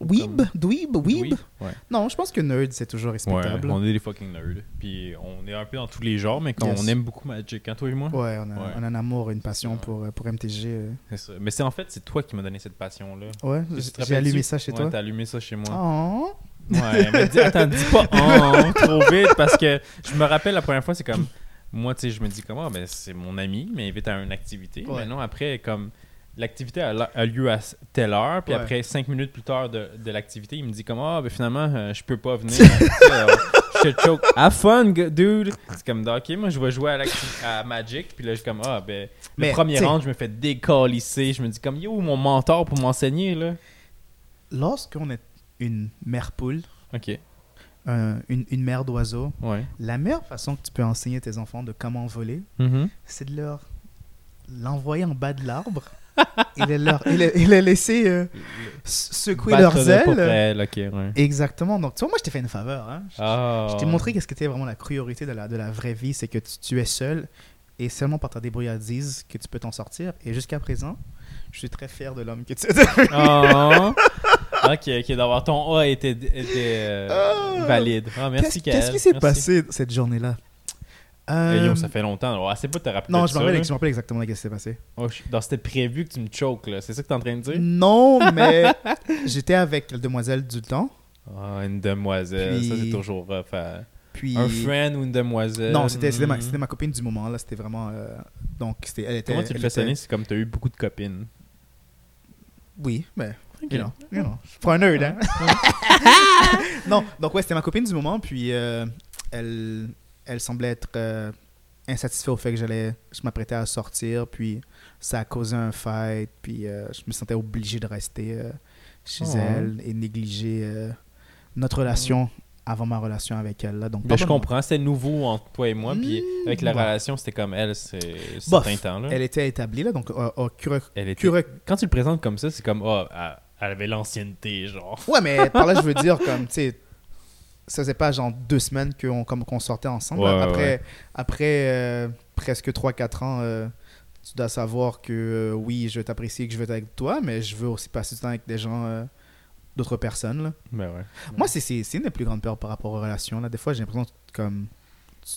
Speaker 1: Weeb Dweeb Weeb
Speaker 2: dweeb? Ouais.
Speaker 1: Non, je pense que nerd c'est toujours respectable.
Speaker 2: Ouais, on est des fucking nerds. Puis on est un peu dans tous les genres, mais quand
Speaker 1: Yes.
Speaker 2: on aime beaucoup Magic, hein, toi et moi.
Speaker 1: Ouais, on a,
Speaker 2: Ouais.
Speaker 1: on a un amour et une passion
Speaker 2: Ouais.
Speaker 1: pour, euh, pour MTG. euh.
Speaker 2: C'est ça. Mais c'est en fait, c'est toi qui m'as donné cette passion-là.
Speaker 1: Ouais,
Speaker 2: Tu
Speaker 1: j-
Speaker 2: te
Speaker 1: j'ai
Speaker 2: rappelles-tu?
Speaker 1: allumé ça chez
Speaker 2: Ouais,
Speaker 1: toi.
Speaker 2: t'as allumé ça chez moi.
Speaker 1: Oh.
Speaker 2: Ouais, mais dis, attends, dis pas oh, trop vite parce que je me rappelle la première fois, c'est comme moi, tu sais, je me dis comment, ben c'est mon ami, mais invite à une activité.
Speaker 1: Ouais.
Speaker 2: Mais non, après, comme l'activité a, la- a lieu à s- telle heure, puis
Speaker 1: Ouais.
Speaker 2: après cinq minutes plus tard de, de l'activité, il me dit comme ah, ben finalement, euh, je peux pas venir. Tu sais, euh, je te choke. Have fun, g- dude. C'est comme ben, ok, moi je vais jouer à, l'acti- à Magic, puis là je suis comme ah, ben le
Speaker 1: Mais,
Speaker 2: premier
Speaker 1: tu sais-
Speaker 2: round, je me fais décalisser. Je me dis comme yo, mon mentor pour m'enseigner là.
Speaker 1: Lorsqu'on est une mère poule,
Speaker 2: Ok.
Speaker 1: un- une, une mère d'oiseau,
Speaker 2: Ouais.
Speaker 1: la meilleure façon que tu peux enseigner tes enfants de comment voler,
Speaker 2: Mm-hmm.
Speaker 1: c'est de leur l'envoyer en bas de l'arbre et de leur, et le- et le laisser euh, s- secouer
Speaker 2: Battre
Speaker 1: leurs
Speaker 2: de
Speaker 1: ailes.
Speaker 2: Poprel, ok, ouais.
Speaker 1: Exactement. Donc, tu vois, moi, je t'ai fait une faveur. hein. Je-
Speaker 2: Ah.
Speaker 1: Je t'ai montré qu'est-ce que était vraiment la priorité de la, de la vraie vie, c'est que tu, tu es seul et seulement par ta débrouillardise que tu peux t'en sortir. Et jusqu'à présent, je suis très fier de l'homme que tu es. devenu.
Speaker 2: Ah. ok, ok, d'avoir ton A était, était, euh,
Speaker 1: Ah.
Speaker 2: valide. Ah, merci,
Speaker 1: Qu'est-ce qu'est-ce
Speaker 2: Kael.
Speaker 1: qui s'est
Speaker 2: Merci.
Speaker 1: passé cette journée-là
Speaker 2: Eh,
Speaker 1: Euh,
Speaker 2: yo, ça fait longtemps. Ouais, c'est pas de te rappeler
Speaker 1: Non,
Speaker 2: de
Speaker 1: je
Speaker 2: ça,
Speaker 1: me rappelle,
Speaker 2: là.
Speaker 1: je me rappelle exactement de ce qui s'est passé.
Speaker 2: Oh, je- dans- C'était prévu que tu me choke, là. C'est ça que t'es en train de dire?
Speaker 1: Non, mais j'étais avec la demoiselle du temps.
Speaker 2: Ah, une demoiselle. Ça,
Speaker 1: Puis-
Speaker 2: c'est toujours rough. à-
Speaker 1: Puis...
Speaker 2: Un friend ou une demoiselle?
Speaker 1: Non, c'était c'était ma,
Speaker 2: Hmm.
Speaker 1: c'était ma copine du moment. là C'était vraiment. euh, Donc, c'était. Elle était.
Speaker 2: Comment tu le
Speaker 1: elle
Speaker 2: fais
Speaker 1: était-
Speaker 2: sonner? C'est comme t'as eu beaucoup de copines.
Speaker 1: Oui, mais.
Speaker 2: Ok.
Speaker 1: You know, you know. Je prends un nerd, hein. non, donc, ouais, c'était ma copine du moment. Puis, euh, elle, elle semblait être euh, insatisfaite au fait que j'allais. Je m'apprêtais à sortir. Puis, ça a causé un fight. Puis, euh, je me sentais obligé de rester euh, chez
Speaker 2: Oh.
Speaker 1: elle et négliger euh, notre relation avant ma relation avec elle. Là. Donc,
Speaker 2: Ben, je
Speaker 1: pardonne-moi.
Speaker 2: comprends, c'était nouveau entre toi et moi. Puis
Speaker 1: Hmm,
Speaker 2: avec la
Speaker 1: bof.
Speaker 2: relation, c'était comme elle, c'est
Speaker 1: Bof.
Speaker 2: certain temps. Là.
Speaker 1: Elle était établie, là. Donc, euh, euh, cure-
Speaker 2: Elle était-
Speaker 1: cure-
Speaker 2: Quand tu le présentes comme ça, c'est comme, ah, elle- elle avait l'ancienneté, genre.
Speaker 1: Ouais, mais par là, je veux dire, comme, tu sais, ça faisait pas genre deux semaines qu'on comme qu'on sortait ensemble.
Speaker 2: Ouais, ouais,
Speaker 1: après
Speaker 2: ouais.
Speaker 1: après euh, presque 3-4 ans, euh, tu dois savoir que euh, oui, je t'apprécie, que je veux être avec toi, mais je veux aussi passer du temps avec des gens, euh, d'autres personnes. là.
Speaker 2: Ben ouais.
Speaker 1: Moi, c'est- c'est c'est une des plus grandes peurs par rapport aux relations. Là. Des fois, j'ai l'impression que, comme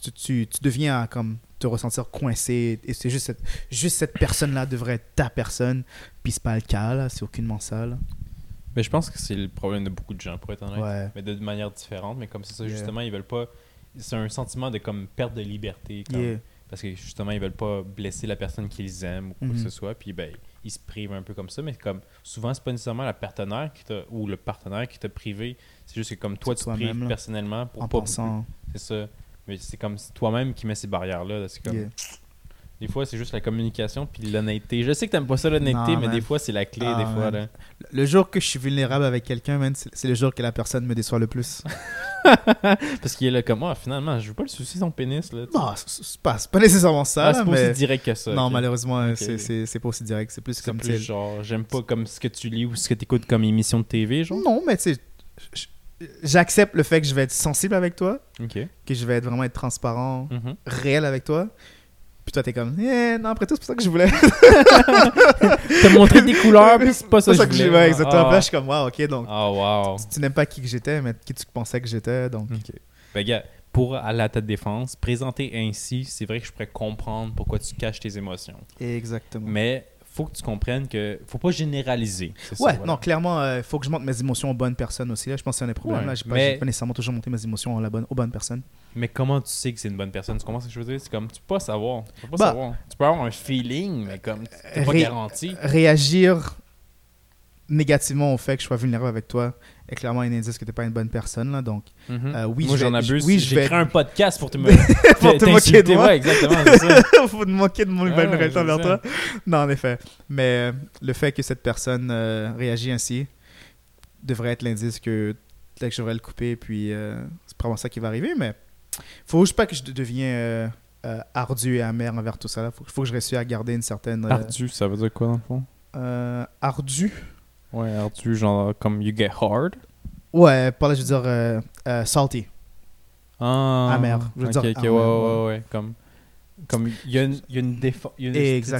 Speaker 1: tu, tu, tu deviens à, comme te ressentir coincé et c'est juste cette, juste cette personne-là devrait être ta personne, puis c'est pas le cas, là, c'est aucunement ça. là.
Speaker 2: Mais je pense que c'est le problème de beaucoup de gens, pour être honnête.
Speaker 1: Ouais.
Speaker 2: Mais de manière différente. Mais comme c'est ça,
Speaker 1: Yeah.
Speaker 2: justement, ils veulent pas. C'est un sentiment de comme perte de liberté. comme-
Speaker 1: Yeah.
Speaker 2: Parce que justement, ils veulent pas blesser la personne qu'ils aiment ou quoi
Speaker 1: Mhm.
Speaker 2: que ce soit. Puis ben, ils se privent un peu comme ça. Mais comme souvent, c'est pas nécessairement la partenaire qui t'a- ou le partenaire qui t'a privé. C'est juste que comme toi, tu
Speaker 1: C'est
Speaker 2: te prives
Speaker 1: toi-même, là.
Speaker 2: personnellement pour
Speaker 1: En
Speaker 2: pas.
Speaker 1: pensant.
Speaker 2: C'est ça. Mais c'est comme c'est toi-même qui mets ces barrières-là. là. C'est comme.
Speaker 1: Yeah.
Speaker 2: Des fois, c'est juste la communication puis l'honnêteté. Je sais que t'aimes pas ça, l'honnêteté,
Speaker 1: Non,
Speaker 2: mais
Speaker 1: man.
Speaker 2: des fois, c'est la clé.
Speaker 1: Ah,
Speaker 2: des fois,
Speaker 1: man.
Speaker 2: là.
Speaker 1: Le jour que je suis vulnérable avec quelqu'un, man, c'est c'est le jour que la personne me déçoit le plus.
Speaker 2: Parce qu'il est là comme moi, finalement, je veux pas le souci son pénis. Là, tu sais.
Speaker 1: Non, c'est- c'est pas, c'est pas nécessairement ça,
Speaker 2: Ah,
Speaker 1: là,
Speaker 2: c'est pas
Speaker 1: mais...
Speaker 2: aussi direct que ça.
Speaker 1: non,
Speaker 2: ok.
Speaker 1: malheureusement,
Speaker 2: Ok.
Speaker 1: c'est- c'est c'est pas aussi direct. C'est plus
Speaker 2: C'est
Speaker 1: comme...
Speaker 2: plus
Speaker 1: tu sais,
Speaker 2: genre, j'aime pas comme ce que tu lis ou ce que tu écoutes comme émission de TV, genre.
Speaker 1: Non, mais tu sais, je- je- j'accepte le fait que je vais être sensible avec toi,
Speaker 2: Ok.
Speaker 1: que je vais être vraiment être transparent,
Speaker 2: Mhm.
Speaker 1: réel avec toi. Puis toi, t'es comme, eh, non, après tout, c'est pour ça que je voulais.
Speaker 2: T'as montré des couleurs, puis c'est pas ça,
Speaker 1: C'est pour ça que je
Speaker 2: voulais.
Speaker 1: voulais, exactement. Puis là,
Speaker 2: Ah,
Speaker 1: je suis comme, wow, ok, donc,
Speaker 2: Ah, wow.
Speaker 1: tu- tu n'aimes pas qui que j'étais, mais qui tu pensais que j'étais, donc...
Speaker 2: Ok. Ben, gars, pour aller à ta défense, présenter ainsi, c'est vrai que je pourrais comprendre pourquoi tu caches tes émotions.
Speaker 1: Exactement.
Speaker 2: Mais faut que tu comprennes que faut pas généraliser. c'est ça,
Speaker 1: Ouais,
Speaker 2: voilà.
Speaker 1: non, clairement, il faut que je montre mes émotions aux bonnes personnes aussi. Là. Je pense que c'est un des problèmes.
Speaker 2: Ouais,
Speaker 1: là. J'ai pas,
Speaker 2: mais-
Speaker 1: j'ai pas nécessairement toujours monté mes émotions à la bonne, aux bonnes personnes.
Speaker 2: Mais comment tu sais que c'est une bonne personne? Tu comprends ce que je veux dire? C'est comme, tu peux pas savoir. Tu peux pas
Speaker 1: Bah.
Speaker 2: savoir. Tu peux avoir un feeling, mais comme, t'es pas
Speaker 1: Ré-
Speaker 2: garanti.
Speaker 1: Réagir négativement au fait que je sois vulnérable avec toi est clairement un indice que t'es pas une bonne personne. Là. Donc,
Speaker 2: Mhm.
Speaker 1: euh, oui,
Speaker 2: Moi,
Speaker 1: je
Speaker 2: j'en
Speaker 1: vais-
Speaker 2: abuse.
Speaker 1: Oui, je
Speaker 2: J'ai
Speaker 1: vais.
Speaker 2: créé un podcast pour te, me...
Speaker 1: Pour te
Speaker 2: t'insulter.
Speaker 1: moquer de moi.
Speaker 2: Ouais, exactement, c'est ça.
Speaker 1: faut te manquer de mon
Speaker 2: Ouais,
Speaker 1: bonne
Speaker 2: Ah ouais,
Speaker 1: relation
Speaker 2: je
Speaker 1: envers
Speaker 2: sais.
Speaker 1: toi. Non, en effet. Mais euh, le fait que cette personne euh, réagit ainsi devrait être l'indice que peut-être que je devrais le couper. Puis euh, c'est probablement ça qui va arriver. Mais faut juste pas que je de- devienne euh, euh, ardu et amer envers tout ça. Là. Faut, faut que je réussisse à garder une certaine. euh,
Speaker 2: Ardu, Ah, ça veut dire quoi, dans le fond?
Speaker 1: euh, ardu.
Speaker 2: Ouais, ardu, genre, comme you get hard.
Speaker 1: Ouais, par là, je veux dire euh, euh, salty.
Speaker 2: Ah,
Speaker 1: Amer, je veux
Speaker 2: Ok,
Speaker 1: dire
Speaker 2: ok, ouais,
Speaker 1: amer,
Speaker 2: ouais, ouais, ouais, Comme, comme, il y a une, il y a une défense.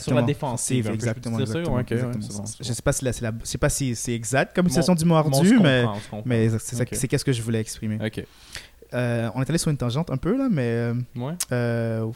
Speaker 2: Sur la défensive, un peu, je peux
Speaker 1: exactement.
Speaker 2: dire ça?
Speaker 1: exactement,
Speaker 2: Ouais, ok, ouais,
Speaker 1: exactement.
Speaker 2: c'est bon, c'est
Speaker 1: je
Speaker 2: bon.
Speaker 1: sais pas si là, c'est la- je sais pas si c'est exact comme
Speaker 2: Mon-
Speaker 1: utilisation du mot
Speaker 2: Bon, on
Speaker 1: ardu,
Speaker 2: se
Speaker 1: mais,
Speaker 2: comprend, on se comprend.
Speaker 1: mais c'est ça-
Speaker 2: Ok.
Speaker 1: c'est qu'est-ce que je voulais exprimer.
Speaker 2: Ok.
Speaker 1: Euh, on est allé sur une tangente un peu là, mais euh,
Speaker 2: Ouais.
Speaker 1: euh,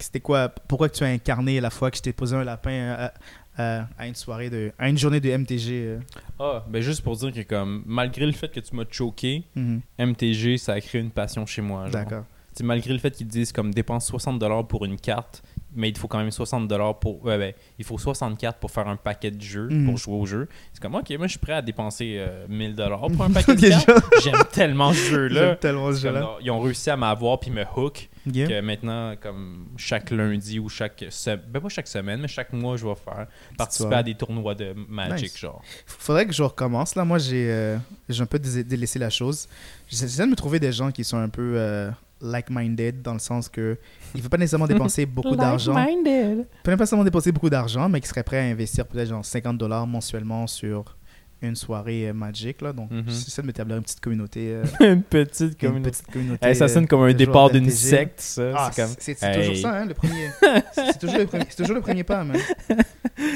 Speaker 1: c'était quoi Pourquoi que tu as incarné la fois que je t'ai posé un lapin à, à- à une soirée de, à une journée de MTG euh?
Speaker 2: Ah, ben juste pour dire que, comme, malgré le fait que tu m'as choqué,
Speaker 1: Mhm.
Speaker 2: MTG, ça a créé une passion chez moi. Ah, genre.
Speaker 1: D'accord.
Speaker 2: Tu sais, malgré le fait qu'ils disent comme dépense 60$ pour une carte mais il faut quand même 60 dollars pour ouais, ben, il faut 64 pour faire un paquet de jeux
Speaker 1: Mhm.
Speaker 2: pour jouer au jeu. C'est comme OK, moi je suis prêt à dépenser euh, 1000 dollars pour un paquet de cartes. J'aime tellement ce jeu
Speaker 1: J'aime
Speaker 2: là.
Speaker 1: tellement ce jeu-là.
Speaker 2: Ils ont réussi à m'avoir puis me hook
Speaker 1: Yeah.
Speaker 2: que maintenant comme chaque lundi ou chaque semaine, ben pas chaque semaine mais chaque mois je vais faire participer
Speaker 1: soirée.
Speaker 2: à des tournois de Magic
Speaker 1: Nice.
Speaker 2: genre.
Speaker 1: Faudrait que je recommence. Là, moi, j'ai euh, j'ai un peu dé- délaissé la chose. J'essaie de me trouver des gens qui sont un peu euh, like-minded, dans le sens que il ne veulent pas nécessairement dépenser beaucoup d'argent. Peut pas nécessairement dépenser beaucoup d'argent, mais qui seraient prêts à investir peut-être genre 50 dollars mensuellement sur une soirée euh, Magic. Là. Donc,
Speaker 2: Mhm.
Speaker 1: j'essaie de me tabler une petite communauté. euh,
Speaker 2: Une petite
Speaker 1: une petite communauté.
Speaker 2: Eh, ça sonne
Speaker 1: euh,
Speaker 2: comme un
Speaker 1: de joueurs
Speaker 2: départ d'une
Speaker 1: d'RPG.
Speaker 2: secte, ça.
Speaker 1: Ah,
Speaker 2: c'est comme.
Speaker 1: c'est c'est toujours
Speaker 2: Hey.
Speaker 1: ça, hein, le premier. C'est c'est toujours, le premier- c'est toujours le premier pas, man.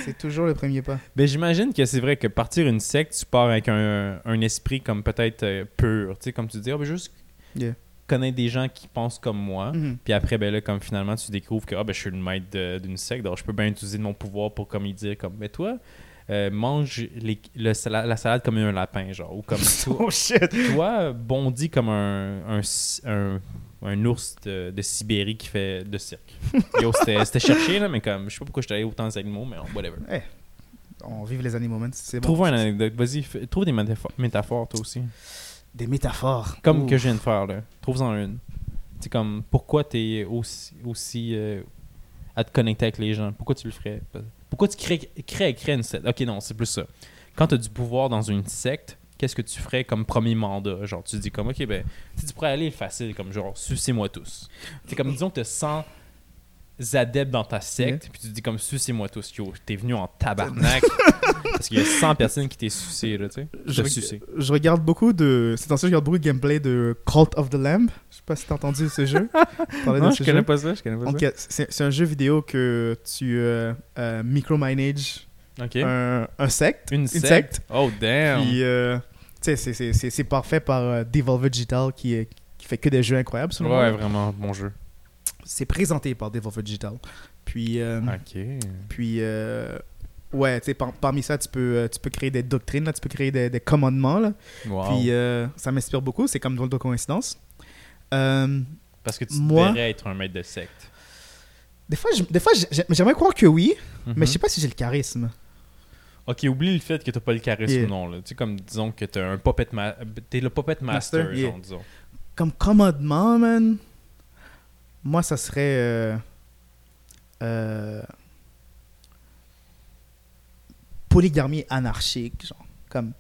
Speaker 1: C'est toujours le premier pas.
Speaker 2: Ben, j'imagine que c'est vrai que partir une secte, tu pars avec un, un esprit comme peut-être euh, pur. Tu sais, comme tu dis, Ah, ben, juste
Speaker 1: Yeah.
Speaker 2: connaître des gens qui pensent comme moi.
Speaker 1: Mhm.
Speaker 2: Puis après, ben là, comme finalement, tu découvres que ah, ben, je suis le maître de- d'une secte, donc je peux bien utiliser de mon pouvoir pour comme y dire, comme, mais toi, euh, mange les- le sala- la salade comme un lapin, genre, ou comme toi,
Speaker 1: Oh shit!
Speaker 2: toi, bondis comme un, un, c- un- un ours de, de Sibérie qui fait de cirque. Yo, c'était c'était cherché, là, mais comme, je sais pas pourquoi je t'allais autant aux animaux, mais whatever.
Speaker 1: On vive les animaux, man. C'est bon.
Speaker 2: Trouve une anecdote, vas-y, fais- trouve des métapho- métaphores, toi aussi.
Speaker 1: Des métaphores.
Speaker 2: Comme
Speaker 1: Ouh.
Speaker 2: que je viens de faire, là. Trouve-en une. C'est comme, pourquoi t'es aussi, aussi euh, à te connecter avec les gens? Pourquoi tu le ferais? Pourquoi tu crées, crées, crées une secte? Ok, non, c'est plus ça. Quand t'as du pouvoir dans une secte, qu'est-ce que tu ferais comme premier mandat? Genre, tu dis comme, ok, ben, tu sais, tu pourrais aller facile, comme genre, sucez-moi tous. C'est comme, disons que t'as 100 adeptes dans ta secte, puis tu dis comme, sucez-moi tous. Yo, t'es venu en tabarnak. parce qu'il y a 100 personnes qui t'es sucé, là, tu sais.
Speaker 1: Je,
Speaker 2: T'as sucé.
Speaker 1: je regarde beaucoup de. C'est dans ce je regarde beaucoup de gameplay de Cult of the Lamb. Je sais pas si t'as entendu ce jeu. Parler de ce jeu.
Speaker 2: pas ça, je connais
Speaker 1: Donc, euh, c'est c'est un jeu vidéo que tu euh, euh, micro-manage
Speaker 2: Ok.
Speaker 1: un, un secte.
Speaker 2: Une
Speaker 1: secte.
Speaker 2: secte. Oh damn.
Speaker 1: Puis, euh, tu sais, c'est- c'est- c'est c'est parfait par euh, Devolver Digital qui, est- qui fait que des jeux incroyables, selon moi.
Speaker 2: ouais, vraiment bon jeu.
Speaker 1: C'est présenté par Devolver Digital. Puis, euh,
Speaker 2: Ok.
Speaker 1: puis euh, ouais, tu sais, par- parmi ça, tu peux, euh, tu peux créer des doctrines, là, tu peux créer des, des commandements. Là.
Speaker 2: Wow.
Speaker 1: Puis, euh, ça m'inspire beaucoup. C'est comme drôle de coïncidence. Euh,
Speaker 2: Parce que tu
Speaker 1: moi-
Speaker 2: devrais être un maître de secte.
Speaker 1: des fois, je- des fois j'ai- j'ai- j'aimerais croire que oui, mais
Speaker 2: Mhm.
Speaker 1: je sais pas si j'ai le charisme.
Speaker 2: Ok, oublie le fait que t'as pas le charisme
Speaker 1: Yeah.
Speaker 2: ou non. là. Tu sais, comme disons que t'es un puppet ma... T'es le puppet master,
Speaker 1: Master, yeah.
Speaker 2: genre, disons.
Speaker 1: Comme commandement, man, moi, ça serait. euh, euh, polygamie anarchique, genre. Comme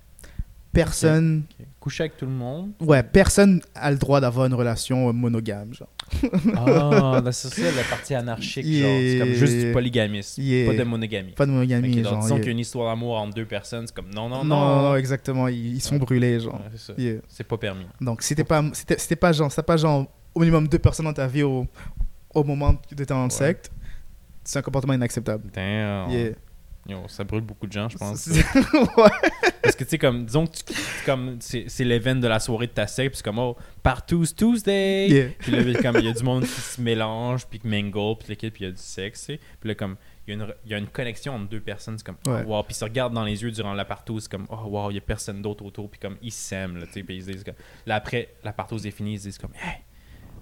Speaker 1: personne.
Speaker 2: Ok. Coucher avec tout le monde.
Speaker 1: Ouais, personne a le droit d'avoir une relation euh, monogame, genre.
Speaker 2: Ah, ben, c'est ça la partie anarchique, genre. C'est comme
Speaker 1: Yeah.
Speaker 2: juste du polygamisme.
Speaker 1: Yeah.
Speaker 2: Pas de monogamie.
Speaker 1: Pas de monogamie,
Speaker 2: Ok, donc,
Speaker 1: genre.
Speaker 2: disons
Speaker 1: yeah.
Speaker 2: qu'il y a une histoire d'amour entre deux personnes, c'est comme non, non,
Speaker 1: non,
Speaker 2: non.
Speaker 1: non, exactement. Ils, ils sont brûlés, genre.
Speaker 2: Ouais, c'est ça.
Speaker 1: Yeah.
Speaker 2: C'est pas permis.
Speaker 1: Donc, c'était pas, c'était, c'était pas genre, c'était pas genre au minimum deux personnes dans ta vie au, au moment que t'étais dans le
Speaker 2: Ouais.
Speaker 1: secte, c'est un comportement inacceptable.
Speaker 2: Damn.
Speaker 1: Yeah.
Speaker 2: Yo, ça brûle beaucoup de gens, je pense.
Speaker 1: C'est- ouais.
Speaker 2: Parce que, tu sais, comme, disons que tu- comme, c'est c'est l'event de la soirée de ta secte, puis c'est comme, oh, Partou's Tuesday!
Speaker 1: Yeah.
Speaker 2: Puis là, comme, il y a du monde qui se mélange, puis qui mingle, puis l'équipe, puis il y a du sexe, tu sais. Puis là, comme, il y, a une re- il y a une connexion entre deux personnes, c'est comme,
Speaker 1: Ouais.
Speaker 2: oh, wow. Puis ils se regardent dans les yeux durant la partouze, c'est comme, oh, wow, il y a personne d'autre autour, puis comme, ils s'aiment, là, tu sais. Puis ils se disent, comme, là, après, la partouze est finie, ils se disent, comme, hey,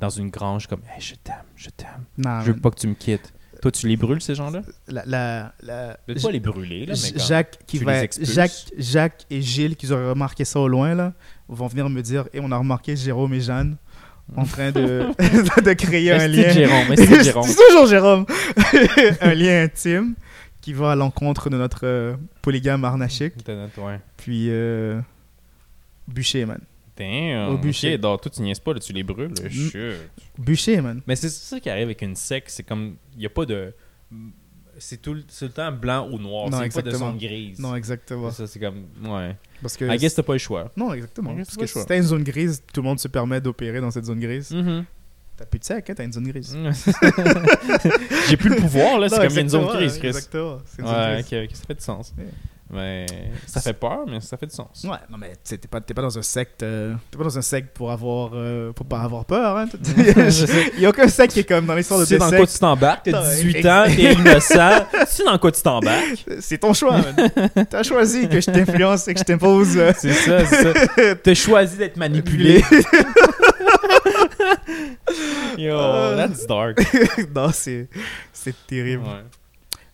Speaker 2: dans une grange, comme, hey, je t'aime, je t'aime.
Speaker 1: Non,
Speaker 2: Je veux pas que tu me quittes. Toi, tu les brûles, ces gens-là?
Speaker 1: la, la, la-
Speaker 2: Tu
Speaker 1: J-
Speaker 2: pas les brûler, là, mais
Speaker 1: J-
Speaker 2: comme-
Speaker 1: Jacques qui
Speaker 2: tu
Speaker 1: va,
Speaker 2: les expulses.
Speaker 1: Jacques, Jacques et Gilles qui auraient remarqué ça au loin là, vont venir me dire et on a remarqué Jérôme et Jeanne en train de, de créer un
Speaker 2: Mm. Est-ce que
Speaker 1: lien.
Speaker 2: Jérôme, est-ce que Jérôme?
Speaker 1: C'est toujours Jérôme. un lien intime qui va à l'encontre de notre euh, polygame arnachique.
Speaker 2: Ouais.
Speaker 1: Puis euh, bûcher, man.
Speaker 2: Damn.
Speaker 1: Au bûcher. Mm.
Speaker 2: Ok, donc toi, tu niaises pas, là, tu les brûles. là. Shit.
Speaker 1: Bûcher, man.
Speaker 2: Mais c'est ça qui arrive avec une secte. C'est comme, il n'y a pas de. C'est tout, le- c'est tout le temps blanc ou noir.
Speaker 1: Non,
Speaker 2: C'est pas de
Speaker 1: exactement.
Speaker 2: zone grise.
Speaker 1: Non, exactement.
Speaker 2: C'est ça, c'est comme. Ouais.
Speaker 1: Parce que
Speaker 2: I guess t'as pas le choix.
Speaker 1: non, exactement.
Speaker 2: I
Speaker 1: Parce
Speaker 2: guess c'est
Speaker 1: que
Speaker 2: pas
Speaker 1: si
Speaker 2: choix.
Speaker 1: t'as une zone grise, tout le monde se permet d'opérer dans cette zone grise.
Speaker 2: Mhm.
Speaker 1: T'as plus de sac, hein, t'as une zone grise.
Speaker 2: J'ai plus le pouvoir, là. C'est
Speaker 1: Non,
Speaker 2: comme il y a une zone
Speaker 1: exactement,
Speaker 2: grise, Chris.
Speaker 1: Exactement. C'est une zone
Speaker 2: Ouais,
Speaker 1: grise.
Speaker 2: ok, ok, ça fait du sens.
Speaker 1: Yeah.
Speaker 2: Mais ça fait peur, mais ça fait du sens.
Speaker 1: Ouais, non mais tu sais, t'es pas, t'es pas dans un secte, euh, t'es pas dans un secte pour avoir, euh, pour pas avoir peur. Hein. Il y a aucun secte qui est comme dans l'histoire de
Speaker 2: Tu sais
Speaker 1: tes
Speaker 2: dans quoi
Speaker 1: sectes.
Speaker 2: tu t'embarques, t'as
Speaker 1: Ouais,
Speaker 2: 18 ans, t'es innocent. Tu sais dans quoi tu t'embarques.
Speaker 1: C'est ton choix. man. T'as choisi que je t'influence et que je t'impose. euh,
Speaker 2: C'est ça, c'est ça. T'as choisi d'être manipulé. Yo, that's dark.
Speaker 1: non, c'est c'est terrible.
Speaker 2: Ouais.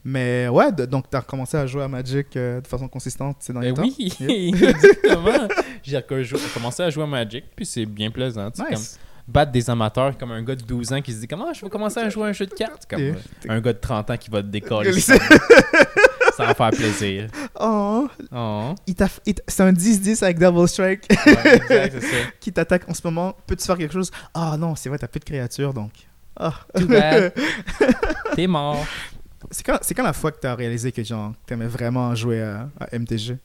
Speaker 1: Mais ouais, de- donc t'as recommencé à jouer à Magic euh, de façon consistante ces derniers temps.
Speaker 2: Ben oui, exactement. J'ai recommencé- commencé à jouer à Magic, puis c'est bien plaisant. tu sais, comme-
Speaker 1: Nice.
Speaker 2: battre des amateurs comme un gars de 12 ans qui se dit comment je vais commencer à jouer à un jeu de cartes comme
Speaker 1: Yeah.
Speaker 2: euh, un gars de 30 ans qui va te décoller
Speaker 1: Gueuler
Speaker 2: sans, sans faire plaisir.
Speaker 1: Oh,
Speaker 2: Oh.
Speaker 1: il t'a- il t'a- c'est un 10-10 avec Double Strike
Speaker 2: Ouais, exact, c'est ça.
Speaker 1: qui t'attaque en ce moment. Peux-tu faire quelque chose Ah non, c'est vrai, t'as plus de créatures donc. Ah.
Speaker 2: Too bad. T'es mort.
Speaker 1: c'est quand, c'est quand la fois que t'as réalisé que genre t'aimais vraiment jouer à, à MTG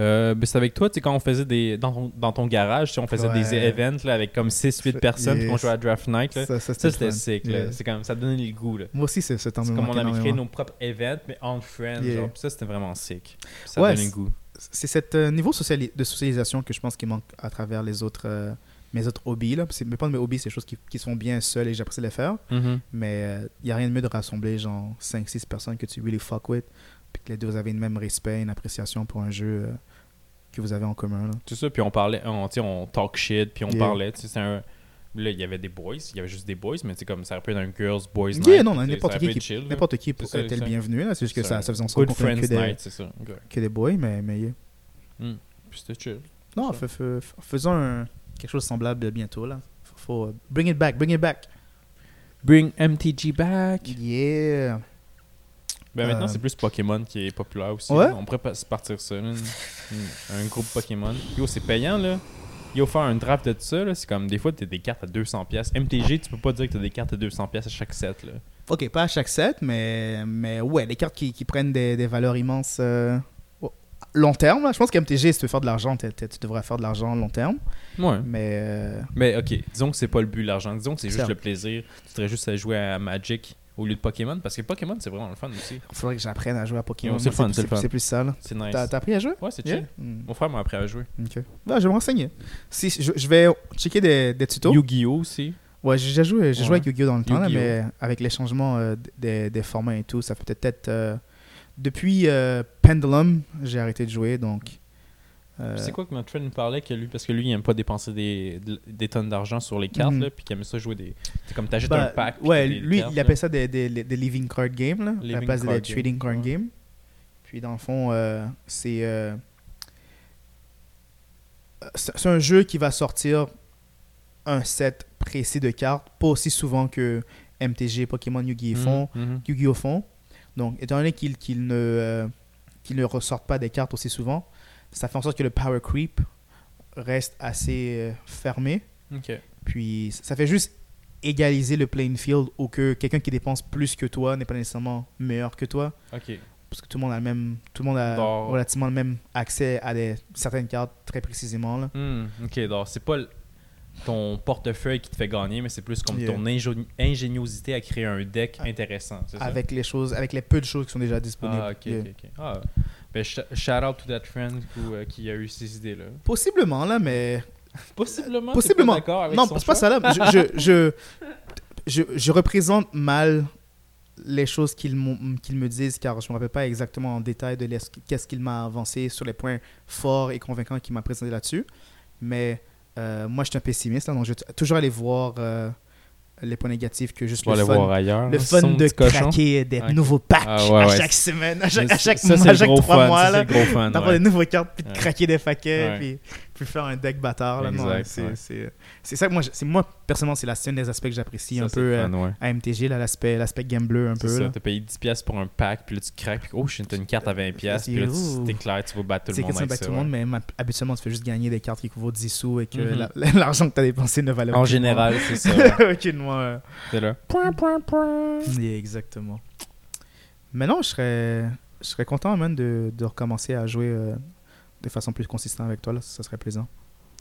Speaker 2: Euh, ben, c'est avec toi, tu sais, quand on faisait des. Dans ton, dans ton garage, tu sais, on faisait des
Speaker 1: Ouais.
Speaker 2: events là, avec comme 6-8 personnes, puis
Speaker 1: Yes.
Speaker 2: qu'on jouait à Draft Night. là.
Speaker 1: Ça, ça,
Speaker 2: Ça,
Speaker 1: le
Speaker 2: c'était
Speaker 1: fun.
Speaker 2: sick. là.
Speaker 1: Yeah.
Speaker 2: C'est comme, ça donnait le goût. là.
Speaker 1: Moi aussi, c'est ce temps
Speaker 2: C'est
Speaker 1: me
Speaker 2: comme on
Speaker 1: manque
Speaker 2: avait créé
Speaker 1: énormément.
Speaker 2: nos propres events, mais on friends.
Speaker 1: Yeah.
Speaker 2: genre. Puis Ça, c'était vraiment sick. Ça
Speaker 1: Ouais,
Speaker 2: donnait le
Speaker 1: c'est-
Speaker 2: goût.
Speaker 1: C'est cet euh, niveau sociali- de socialisation que je pense qui manque à travers les autres, euh, mes autres hobbies. Là. C'est- Mais pas de mes hobbies, c'est des choses qui, qui se font bien seules et j'apprécie les faire.
Speaker 2: Mhm.
Speaker 1: Mais il n'y a rien de mieux de rassembler genre 5-6 personnes que tu really fuck with, puis que les deux avez le même respect, une appréciation pour un jeu euh, que vous avez en commun. Là.
Speaker 2: Tout ça, puis on parlait, on, tu sais, on talk shit, puis on
Speaker 1: Yeah.
Speaker 2: parlait, tu sais, c'est un... Là, il y avait des boys, il y avait juste des boys, mais c'est comme ça aurait pu être un girls, boys night.
Speaker 1: Yeah, non, non,
Speaker 2: tu sais,
Speaker 1: n'importe
Speaker 2: ça
Speaker 1: qui
Speaker 2: aurait
Speaker 1: qui-
Speaker 2: pu être chill, là.
Speaker 1: N'importe qui
Speaker 2: Mm-hmm. C'est ça,
Speaker 1: était
Speaker 2: c'est
Speaker 1: le
Speaker 2: ça.
Speaker 1: bienvenu, là. c'est juste que ça, ça faisait en sorte
Speaker 2: Good
Speaker 1: qu'on faisait
Speaker 2: friends
Speaker 1: que des,
Speaker 2: night, c'est ça. exact.
Speaker 1: que des boys, mais, mais yeah.
Speaker 2: Puis c'était chill.
Speaker 1: Non,
Speaker 2: Ça.
Speaker 1: fais- fais- fais- faisons un- quelque chose de semblable bientôt. Là. Faut, faut, euh, bring it back, bring it back.
Speaker 2: Bring MTG back.
Speaker 1: Yeah.
Speaker 2: Ben maintenant,
Speaker 1: Euh.
Speaker 2: c'est plus Pokémon qui est populaire aussi.
Speaker 1: Ouais.
Speaker 2: là. On pourrait pas- se partir ça, là, une- un groupe Pokémon. Yo, c'est payant, là. Yo, faire un draft de ça, là, c'est comme des fois, t'as des cartes à 200$. piastres. MTG, tu peux pas dire que t'as des cartes à 200$ à chaque set, là.
Speaker 1: Ok, pas à chaque set, mais, mais ouais, les cartes qui, qui prennent des, des valeurs immenses euh, au- long terme. Là. Je pense qu'MTG, si tu veux faire de l'argent, t'es- t'es- tu devrais faire de l'argent long terme.
Speaker 2: Ouais.
Speaker 1: Mais euh,
Speaker 2: Mais ok, disons que c'est pas le but l'argent, disons que c'est juste
Speaker 1: Certes.
Speaker 2: le plaisir. Tu serais juste à jouer à Magic au lieu de Pokémon parce que Pokémon c'est vraiment le fun aussi.
Speaker 1: il faudrait que j'apprenne à jouer à Pokémon.
Speaker 2: Yo, c'est
Speaker 1: Moi,
Speaker 2: fun,
Speaker 1: plus-
Speaker 2: c'est le fun.
Speaker 1: C'est plus ça. là.
Speaker 2: C'est nice.
Speaker 1: T'as t'as appris à jouer
Speaker 2: Ouais, c'est
Speaker 1: Yeah?
Speaker 2: chill.
Speaker 1: Hmm,
Speaker 2: Mon frère m'a appris à jouer.
Speaker 1: ok. Bah, je vais me renseigner. Si, je, je vais checker des, des tutos.
Speaker 2: Yu-Gi-Oh aussi.
Speaker 1: Ouais, j'ai déjà joué, j'ai
Speaker 2: Ouais.
Speaker 1: joué avec Yu-Gi-Oh dans le temps, là,
Speaker 2: Yu-Gi-Oh.
Speaker 1: mais avec les changements euh, d- des, des formats et tout, ça fait peut-être. euh, depuis euh, Pendulum, j'ai arrêté de jouer, donc. euh,
Speaker 2: C'est quoi que notre frère nous parlait que lui parce que lui il aime pas dépenser des, de- des tonnes d'argent sur les cartes
Speaker 1: Mhm.
Speaker 2: là, puis qu'il aime ça jouer des c'est comme t'achètes
Speaker 1: bah,
Speaker 2: un pack. puis
Speaker 1: ouais,
Speaker 2: t'as des
Speaker 1: lui,
Speaker 2: cartes,
Speaker 1: il
Speaker 2: là.
Speaker 1: appelle ça des, des, des living card games, là, à la
Speaker 2: Living
Speaker 1: place des
Speaker 2: card
Speaker 1: trading
Speaker 2: game,
Speaker 1: card
Speaker 2: ouais.
Speaker 1: games. Puis dans le fond, euh, c'est. euh, c'est c'est un jeu qui va sortir un set précis de cartes, pas aussi souvent que MTG, Pokémon, Yu-Gi-Oh!
Speaker 2: Mhm,
Speaker 1: font.
Speaker 2: mhm.
Speaker 1: Yu-Gi-Oh! font. Donc, étant donné qu'ils qu'ils ne, euh, qu'ils ne ressortent pas des cartes aussi souvent, ça fait en sorte que le power creep reste assez euh, fermé.
Speaker 2: Ok.
Speaker 1: Puis, ça fait juste égaliser le playing field ou que quelqu'un qui dépense plus que toi n'est pas nécessairement meilleur que toi.
Speaker 2: Ok.
Speaker 1: Parce que tout le monde a, le même, tout le monde a
Speaker 2: Bon.
Speaker 1: relativement le même accès à des, certaines cartes très précisément. Là.
Speaker 2: Hmm, ok, donc c'est pas l- ton portefeuille qui te fait gagner, mais c'est plus comme
Speaker 1: Yeah. Ah,
Speaker 2: ton ingé- ingéniosité à créer un deck intéressant. c'est ça?
Speaker 1: Avec les choses, avec les peu de choses qui sont déjà disponibles.
Speaker 2: Ah, ok,
Speaker 1: Yeah.
Speaker 2: ok, ok. Ah, ben, sh- shout out to that friend who, euh, qui a eu ces idées-là.
Speaker 1: Possiblement, là, mais
Speaker 2: Possiblement. t'es
Speaker 1: Possiblement.
Speaker 2: pas d'accord avec
Speaker 1: Non,
Speaker 2: son
Speaker 1: c'est pas
Speaker 2: choix?
Speaker 1: ça là. Je, je, je, je, je représente mal les choses qu'ils m'ont- qu'ils me disent car je ne me rappelle pas exactement en détail de les- qu'est-ce qu'il m'a avancé sur les points forts et convaincants qu'il m'a présenté là-dessus. Mais euh, moi, je suis un pessimiste, là, donc je vais t- toujours aller voir euh, les points négatifs que juste
Speaker 2: Tu vas
Speaker 1: le
Speaker 2: aller
Speaker 1: fun,
Speaker 2: voir ailleurs.
Speaker 1: le
Speaker 2: hein,
Speaker 1: fun
Speaker 2: son
Speaker 1: de
Speaker 2: petit cochon.
Speaker 1: craquer des
Speaker 2: Ok.
Speaker 1: nouveaux packs
Speaker 2: Ah, ouais,
Speaker 1: à
Speaker 2: ouais,
Speaker 1: chaque semaine, à chaque, à chaque
Speaker 2: Ça,
Speaker 1: mois,
Speaker 2: c'est
Speaker 1: à
Speaker 2: le
Speaker 1: chaque
Speaker 2: gros
Speaker 1: trois
Speaker 2: fun,
Speaker 1: mois.
Speaker 2: ça,
Speaker 1: là
Speaker 2: c'est le gros fun,
Speaker 1: d'avoir
Speaker 2: ouais.
Speaker 1: des nouveaux cartes, puis de
Speaker 2: Ouais.
Speaker 1: craquer des faquets,
Speaker 2: Ouais.
Speaker 1: puis, puis faire un deck bâtard. Là, non,
Speaker 2: Exact,
Speaker 1: c'est,
Speaker 2: ouais.
Speaker 1: c'est, c'est ça que moi, je- c'est, moi personnellement, c'est la c'est un des aspects que j'apprécie
Speaker 2: Ça,
Speaker 1: un
Speaker 2: c'est
Speaker 1: peu
Speaker 2: le
Speaker 1: euh,
Speaker 2: fun, ouais.
Speaker 1: à MTG, là, l'aspect, l'aspect game bleu un
Speaker 2: C'est
Speaker 1: peu.
Speaker 2: ça,
Speaker 1: là.
Speaker 2: t'as payé 10$ pour un pack, puis là tu craques, puis oh shit, t'as une carte à 20$, puis là
Speaker 1: Ouh.
Speaker 2: tu t'es clair, tu vas battre tout
Speaker 1: C'est
Speaker 2: le monde
Speaker 1: question
Speaker 2: avec
Speaker 1: back
Speaker 2: ça.
Speaker 1: tout le
Speaker 2: ouais.
Speaker 1: monde, mais ma- habituellement, tu fais juste gagner des cartes qui vaut 10 sous et que
Speaker 2: Mhm.
Speaker 1: la- l'argent que tu as dépensé ne valait
Speaker 2: En
Speaker 1: aucunement-
Speaker 2: général, c'est ça. ouais.
Speaker 1: aucunement. euh,
Speaker 2: T'es là.
Speaker 1: Yeah, exactement. Mais non, je serais, je serais content même de, de recommencer à jouer euh, de façon plus consistante avec toi. Là, ça serait plaisant.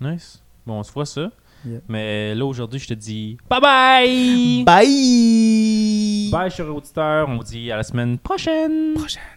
Speaker 2: Nice. Bon, on se voit ça.
Speaker 1: Yeah.
Speaker 2: Mais là, aujourd'hui, je te dis bye bye!
Speaker 1: Bye!
Speaker 2: Bye, chers auditeurs. On vous dit à la semaine prochaine!
Speaker 1: Prochaine.